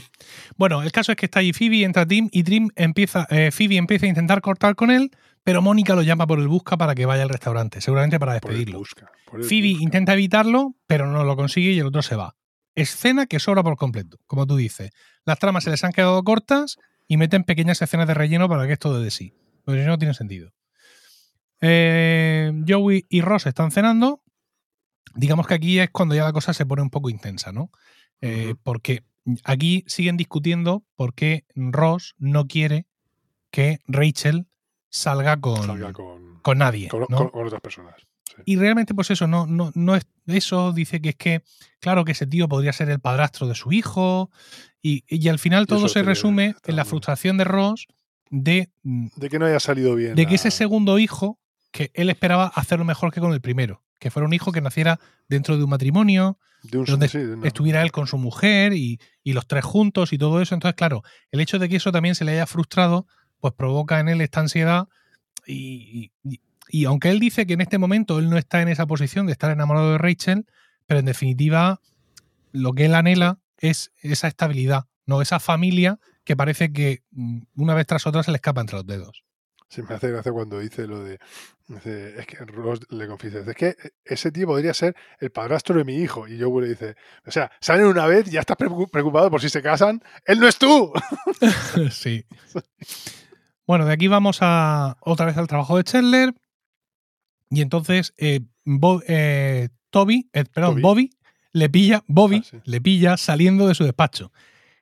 A: Bueno, el caso es que está ahí Phoebe, entra Tim y Tim empieza, eh, Phoebe empieza a intentar cortar con él, pero Mónica lo llama por el busca para que vaya al restaurante, seguramente para
C: Por el
A: despedirlo.
C: busca. por el
A: Phoebe
C: busca.
A: intenta evitarlo, pero no lo consigue y el otro se va. Escena que sobra por completo, como tú dices. Las tramas se les han quedado cortas y meten pequeñas escenas de relleno para que esto dé de sí. Porque si no, no tiene sentido. Eh, Joey y Ross están cenando. Digamos que aquí es cuando ya la cosa se pone un poco intensa, ¿no? Eh,
C: Ujú.
A: Porque aquí siguen discutiendo por qué Ross no quiere que Rachel salga con,
C: Salga con,
A: con nadie.
C: con-
A: ¿no?
C: con- con otras personas.
A: Y realmente, pues eso, no, no, no es. Eso dice que es que, claro, que ese tío podría ser el padrastro de su hijo. Y, y al final todo
C: eso
A: se
C: tiene-
A: resume
C: está
A: en la
C: muy-
A: frustración de Ross de, mm,
C: De que no haya salido bien.
A: de que ese
C: la-
A: segundo hijo, que él esperaba hacerlo mejor que con el primero. Que fuera un hijo que naciera dentro de un matrimonio,
C: de un-
A: donde
C: sí, de una-
A: estuviera él con su mujer y, y los tres juntos y todo eso. Entonces, claro, el hecho de que eso también se le haya frustrado, pues provoca en él esta ansiedad. Y, y- y aunque él dice que en este momento él no está en esa posición de estar enamorado de Rachel, pero en definitiva lo que él anhela es esa estabilidad, no esa familia que parece que mm, una vez tras otra se le escapa entre los dedos.
C: Sí, me hace gracia cuando dice lo de. dice, es que Ross le confiesa. Es que eh, ese tío podría ser el padrastro de mi hijo. Y Joey le dice: O sea, salen una vez, ya estás preocu- preocupado por si se casan. ¡Él no es tú!
A: sí. Bueno, de aquí vamos a otra vez al trabajo de Chandler. Y entonces eh, Bo- eh, Toby, eh, perdón,
C: Toby.
A: Bobby le pilla, Bobby
C: Ah, sí.
A: le pilla saliendo de su despacho.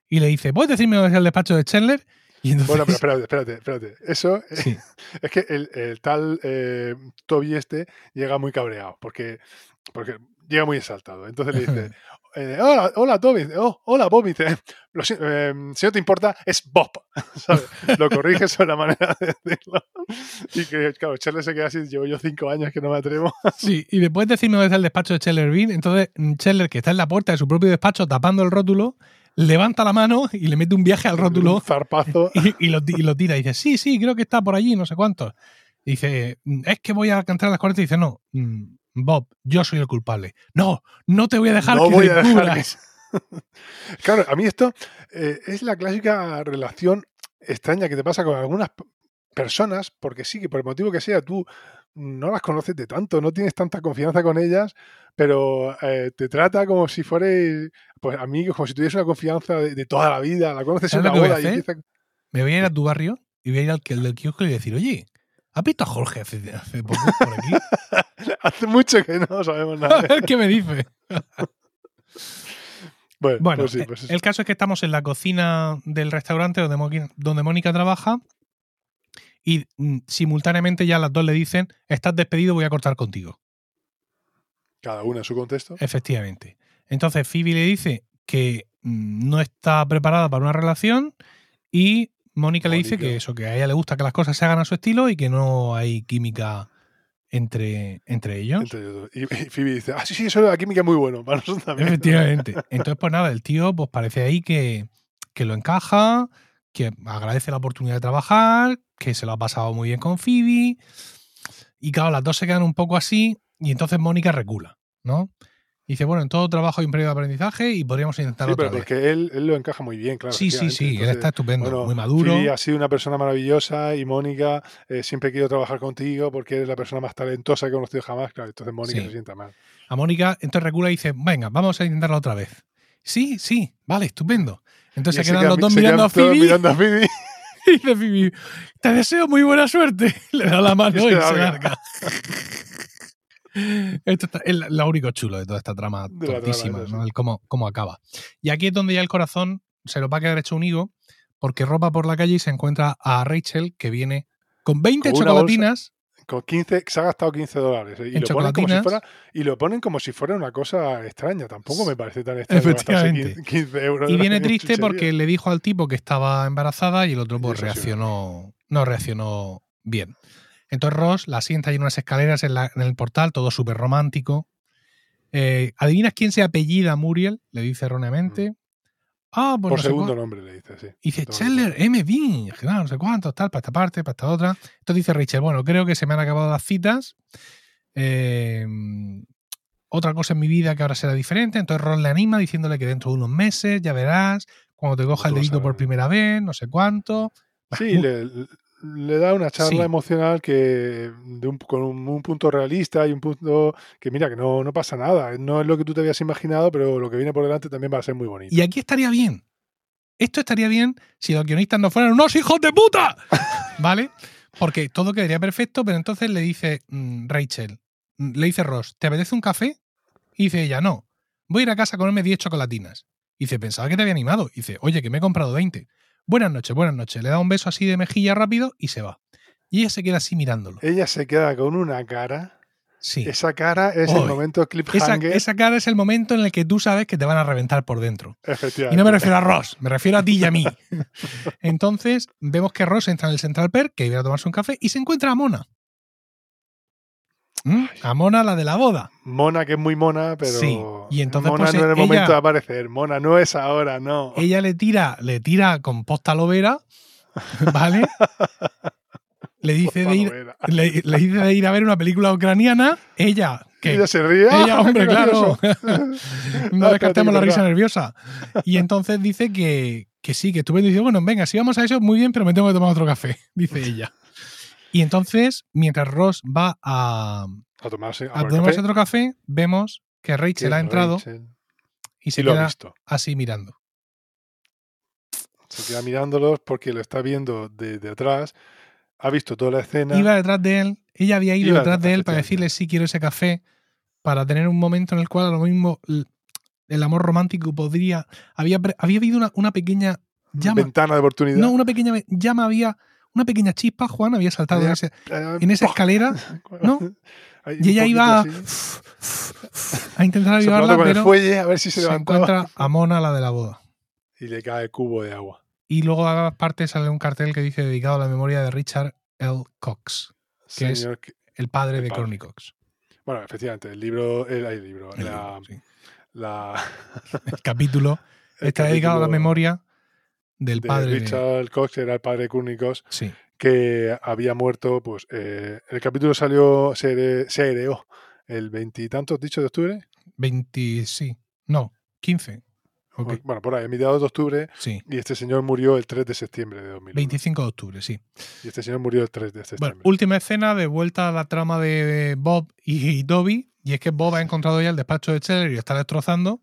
A: Y le dice, ¿puedes decirme dónde es el despacho de Chandler? Y entonces,
C: Bueno, pero espérate, espérate, espérate. Eso eh,
A: sí,
C: es que el, el tal eh, Toby este llega muy cabreado. Porque, porque llega muy exaltado. Entonces le dice: eh, hola, hola, Toby. Oh, hola, Bobby. Dice, "Lo si- eh, si no te importa, es Bob. ¿sabes? Lo corriges sobre la manera de decirlo. Y que, claro, Charles se queda así. Llevo yo cinco años que no me atrevo.
A: sí. Y después decirme dónde está el despacho de Chandler Bean. Entonces mm, Chandler, que está en la puerta de su propio despacho tapando el rótulo, levanta la mano y le mete un viaje al rótulo
C: Un zarpazo.
A: y, y lo, ti- y lo tira y dice, sí, sí, creo que está por allí, no sé cuánto. Y dice, "Mm, es que voy a cantar a las 40 y dice, no, mm, Bob, yo soy el culpable. No, no te voy a dejar
C: No
A: que
C: voy a dejar
A: descubras".
C: Claro, a mí esto eh, es la clásica relación extraña que te pasa con algunas p- personas, porque sí, que por el motivo que sea, tú no las conoces de tanto, no tienes tanta confianza con ellas, pero eh, te trata como si fueres, pues amigos, como si tuvieras una confianza de, de toda la vida, la conoces en
A: ¿Sabes
C: la
A: lo que voy a
C: boda y
A: hacer?
C: empieza...
A: Me voy a ir a tu barrio y voy a ir al, que- al del kiosco y le voy a decir, oye, ¿has visto a Jorge hace, hace poco por aquí?
C: Hace mucho que no sabemos
A: A
C: nada.
A: ver qué me dice.
C: Bueno,
A: Bueno,
C: pues sí,
A: eh,
C: pues es-
A: el caso es que estamos en la cocina del restaurante donde, Moqui- donde Mónica trabaja y mm, simultáneamente ya las dos le dicen, estás despedido, voy a cortar contigo.
C: cada una en su contexto.
A: Efectivamente. Entonces Phoebe le dice que mm, no está preparada para una relación y Mónica le dice
C: Mónica.
A: que eso, que a ella le gusta que las cosas se hagan a su estilo y que no hay química entre, entre ellos.
C: entre ellos dos. y, y Phoebe dice, ah, sí, sí, eso de la química es muy bueno, para nosotros también.
A: Efectivamente. Entonces, pues nada, el tío pues parece ahí que, que lo encaja, que agradece la oportunidad de trabajar, que se lo ha pasado muy bien con Phoebe. Y claro, las dos se quedan un poco así y entonces Mónica recula, ¿no? Y dice, bueno, en todo trabajo hay un periodo de aprendizaje y podríamos intentar
C: Sí,
A: otra
C: pero
A: vez.
C: porque él, él lo encaja muy bien, claro.
A: sí, sí,
C: efectivamente.
A: sí, él
C: Entonces,
A: está estupendo,
C: bueno,
A: muy maduro.
C: Phoebe ha sido una persona maravillosa y Mónica, eh, siempre quiero trabajar contigo porque eres la persona más talentosa que he conocido jamás. Claro, entonces Mónica
A: Sí.
C: se sienta mal.
A: A Mónica entonces recula y dice, venga, vamos a intentarlo otra vez. Sí, sí, vale, estupendo.
C: Y
A: Entonces se
C: se
A: quedan
C: quedan-
A: los dos
C: se quedan
A: mirando a
C: todos
A: Phoebe
C: mirando a Phoebe.
A: Y dice Phoebe, te deseo muy buena suerte. Le da la mano
C: Y se
A: y se
C: larga.
A: larga. Esto está- es lo único chulo de toda esta trama
C: De la trama,
A: tortísima,
C: eso
A: ¿no?
C: sí.
A: El cómo, cómo acaba. Y aquí es donde ya el corazón se lo va a quedar hecho un higo, porque ropa por la calle y se encuentra a Rachel, que viene con 20
C: Con una bolsa.
A: chocolatinas.
C: Con 15, se ha gastado 15 dólares. eh, Y
A: En
C: lo, ponen como si
A: chocolatinas.
C: fuera, y lo ponen como si fuera una cosa extraña. Tampoco me parece tan extraño.
A: Efectivamente.
C: gastarse 15 euros
A: Y
C: en
A: viene
C: una
A: triste
C: chuchería.
A: porque le dijo al tipo que estaba embarazada y el otro pues
C: Eso sí.
A: reaccionó, no reaccionó bien. Entonces Ross la sienta ahí en unas escaleras en, la- en el portal, todo súper romántico. Eh, ¿Adivinas quién se apellida Muriel? Le dice erróneamente. Ah, pues
C: Mm. Por
A: no sé
C: segundo
A: cuál.
C: nombre le dice, sí.
A: Y dice,
C: Tengo que
A: Scheller, M. Bing, claro, no sé cuántos, tal, para esta parte, para esta otra. Entonces dice Rachel, bueno, creo que se me han acabado las citas. Eh, otra cosa en mi vida que ahora será diferente. Entonces Ron le anima diciéndole que dentro de unos meses, ya verás, cuando te coja
C: Tú
A: el
C: vas a
A: dedito por
C: ver.
A: primera vez, no sé cuánto.
C: Sí,
A: Muy-
C: le, le da una charla
A: Sí.
C: emocional que de un, con un, un punto realista y un punto que mira que no, no pasa nada, no es lo que tú te habías imaginado, pero lo que viene por delante también va a ser muy bonito.
A: Y aquí estaría bien. Esto estaría bien si los guionistas no fueran unos hijos de puta. ¿Vale? Porque todo quedaría perfecto, pero entonces le dice mm, Rachel, mm, le dice Ross, ¿te apetece un café? Y dice ella, no. Voy a ir a casa a comerme 10 chocolatinas. Y dice, pensaba que te había animado. Y dice, oye, que me he comprado 20. Buenas noches, buenas noches. Le da un beso así de mejilla rápido y se va. Y ella se queda así mirándolo.
C: Ella se queda con una cara.
A: Sí.
C: Esa cara es
A: Uy.
C: el momento
A: Esa,
C: cliffhanger.
A: esa cara es el momento en el que tú sabes que te van a reventar por dentro. Y
C: Efectivamente.
A: no me refiero a Ross, me refiero a ti y a mí. Entonces, vemos que Ross entra en el Central Perk, que iba a tomarse un café, y se encuentra a Mona. ¿Mm? A Mona, la de la boda.
C: Mona que es muy mona, pero
A: Sí, y entonces,
C: Mona
A: pues,
C: no era el
A: ella-
C: momento de aparecer. Mona no es ahora, no.
A: Ella le tira, le tira con posta lovera, ¿vale? Le dice,
C: Opa,
A: de ir,
C: no era.
A: le, le dice de ir a ver una película ucraniana. Ella, que
C: Ella se ríe. ¡Ah,
A: Ella, hombre,
C: qué gracioso!
A: claro. no descartemos
C: Ah, espérate,
A: la
C: que
A: risa
C: verdad.
A: nerviosa. Y entonces dice que, que sí, que estuve diciendo, bueno, venga, si vamos a eso, muy bien, pero me tengo que tomar otro café, dice ella. Y entonces, mientras Ross va
C: Ah,
A: a,
C: A tomarse, a
A: a
C: tomar
A: tomarse
C: café,
A: otro café, vemos que
C: que
A: Rachel ha entrado
C: Rachel-
A: y
C: Sí
A: se
C: lo ha
A: queda
C: visto.
A: así mirando.
C: Se queda mirándolos porque lo está viendo de, de atrás. Ha visto toda la escena.
A: Iba detrás de él, ella había ido
C: Iba
A: detrás
C: detrás,
A: de él para
C: efectivamente.
A: decirle, sí, quiero ese café, para tener un momento en el cual a lo mismo l- el amor romántico podría... Había, pre- había habido una, una pequeña
C: Mm,
A: llama
C: Ventana de oportunidad.
A: No, una pequeña ve- llama había, una pequeña chispa, Juan había saltado en,
C: Había-
A: ese-
C: Eh,
A: en esa
C: ¡pah!
A: escalera ¿no?
C: Ahí un
A: y ella
C: poquito
A: iba a,
C: así,
A: a intentar
C: soplando
A: avivarla,
C: con el
A: pero
C: fuelle a ver si se
A: se
C: levantaba.
A: encuentra a Mona, la de la boda.
C: Y le cae el cubo de agua.
A: Y luego a las partes sale un cartel que dice dedicado a la memoria de Richard L. Cox, Que es-
C: Señor, que-
A: el padre
C: El
A: de
C: padre.
A: Courtney Cox.
C: Bueno, efectivamente, el libro. El, el libro.
A: El, libro,
C: la-
A: sí.
C: la-
A: El capítulo
C: el
A: está dedicado a la
C: capítulo
A: memoria del
C: de
A: padre de-
C: Richard Cox, era el padre de Cúrnicos,
A: Sí,
C: que había muerto. Pues eh, el capítulo salió, se, here- se hereó el veintitantos, dicho de octubre.
A: 20, sí, no, 15. Ok,
C: Bueno, por ahí, mediados de octubre.
A: sí.
C: Y este señor murió el 3 de septiembre de 2001.
A: 25 de octubre, sí.
C: Y este señor murió el 3 de
A: Bueno,
C: septiembre.
A: última escena de vuelta a la trama de Bob y, y Dobby. Y es que Bob ha encontrado ya el despacho de Cheller y lo está destrozando.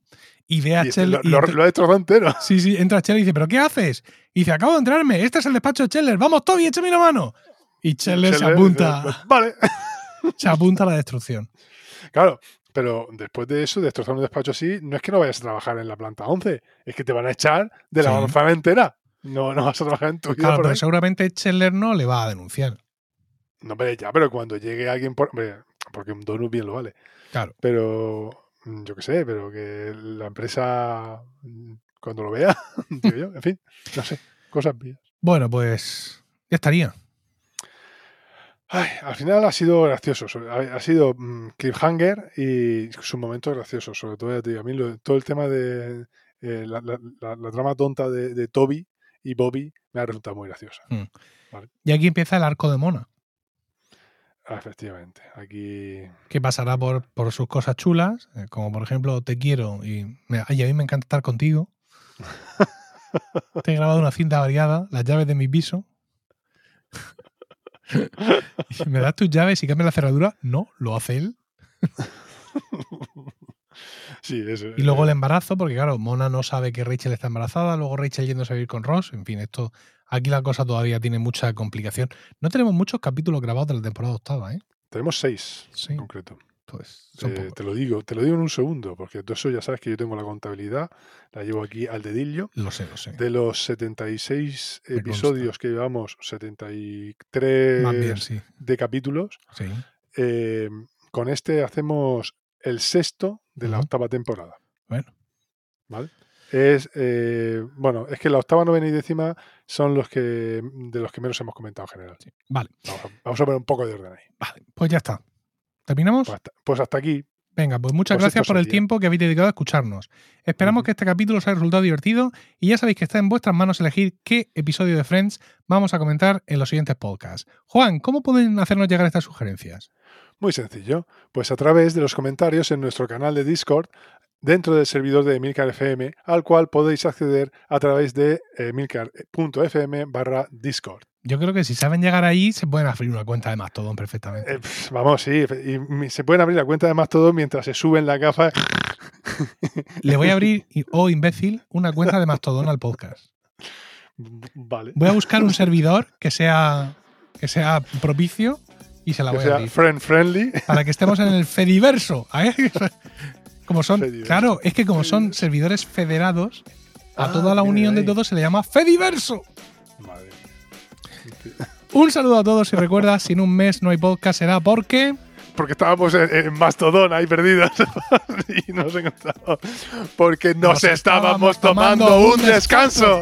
A: Y ve a
C: Y este
A: Cheller.
C: lo, lo- lo ha destrozado entero.
A: sí, sí, entra Cheller y dice: ¿Pero qué haces? Y dice: Acabo de entrarme. Este es el despacho de Cheller. Vamos, Toby, échame una mano. Y Cheller se
C: Scheller
A: apunta,
C: dice, Vale.
A: se apunta a la destrucción.
C: Claro, pero después de eso, destrozar un despacho así, no es que no vayas a trabajar en la planta 11, es que te van a echar de la
A: Sí.
C: manzana entera. No, no vas a trabajar en tu vida
A: Claro,
C: por
A: pero
C: ahí.
A: seguramente Cheller no le va a denunciar.
C: No, hombre, ya, pero cuando llegue alguien por... hombre, porque un donut bien lo vale.
A: Claro.
C: Pero, mm, yo qué sé, pero que la empresa, mm, cuando lo vea, digo yo, en fin, no sé, cosas mías.
A: Bueno, pues ya estaría.
C: Ay, al final ha sido gracioso, sobre- ha ha sido mm, cliffhanger y su momento gracioso, sobre todo, ya te digo, a mí lo- todo el tema de eh, la, la- la- la trama tonta de, de Toby y Bobby me ha resultado muy graciosa,
A: Y aquí empieza el arco de Mona,
C: Ah, efectivamente. Aquí,
A: que pasará por, por sus cosas chulas, eh, como por ejemplo Te quiero y, me- ay, a mí me encanta estar contigo. Te he grabado una cinta variada, las llaves de mi piso. Y ¿Me das tus llaves y cambias la cerradura? No, lo hace él.
C: sí, eh, eso.
A: Y luego el embarazo, porque claro, Mona no sabe que Rachel está embarazada, luego Rachel yéndose a vivir con Ross, en fin, esto Aquí la cosa todavía tiene mucha complicación. No tenemos muchos capítulos grabados de la temporada octava, ¿eh?
C: Tenemos seis
A: Sí.
C: en concreto.
A: Pues son
C: Eh,
A: pocos.
C: te lo digo, te lo digo en un segundo, porque todo eso ya sabes que yo tengo la contabilidad, la llevo aquí al dedillo.
A: Lo sé, lo sé.
C: De los 76
A: Me consta.
C: episodios que llevamos,
A: Más bien,
C: 73
A: sí.
C: de capítulos,
A: sí.
C: eh, con este hacemos el sexto de la
A: Ujú.
C: octava temporada.
A: Bueno,
C: ¿Vale? Es eh, bueno, es que la octava, novena y décima son los que de los que menos hemos comentado en general.
A: sí. Vale,
C: Vamos a, vamos a poner un poco de orden ahí.
A: vale. Pues ya está. ¿Terminamos?
C: Pues hasta, pues hasta aquí.
A: Venga, pues muchas
C: Pues
A: gracias
C: esto
A: por el
C: sería.
A: tiempo que habéis dedicado a escucharnos. Esperamos
C: Ujú.
A: que este capítulo os haya resultado divertido y ya sabéis que está en vuestras manos elegir qué episodio de Friends vamos a comentar en los siguientes podcasts. Juan, ¿cómo pueden hacernos llegar estas sugerencias?
C: Muy sencillo. Pues a través de los comentarios en nuestro canal de Discord dentro del servidor de Emilcar FM, al cual podéis acceder a través de eh, emilcar.fm barra Discord.
A: Yo creo que si saben llegar ahí, se pueden abrir una cuenta de Mastodon perfectamente.
C: Eh, pf, vamos, sí, y mi- se pueden abrir la cuenta de Mastodon mientras se suben la gafa.
A: Le voy a abrir, y- oh imbécil, una cuenta de Mastodon al podcast.
C: Vale.
A: Voy a buscar un servidor que sea, que sea propicio y se la
C: Que
A: voy a
C: sea
A: abrir.
C: friend friendly.
A: para que estemos en el Fediverso. ¿eh? Como son,
C: Fediverso.
A: claro, es que como son servidores federados, a
C: Ah,
A: toda la
C: viene de
A: unión de
C: ahí.
A: todos se le llama Fediverso.
C: Madre.
A: Un saludo a todos y recuerda, sin un mes no hay podcast, será porque...
C: Porque estábamos en, en Mastodon ahí perdidos y nos encontramos. Porque nos, estábamos, tomando un descanso.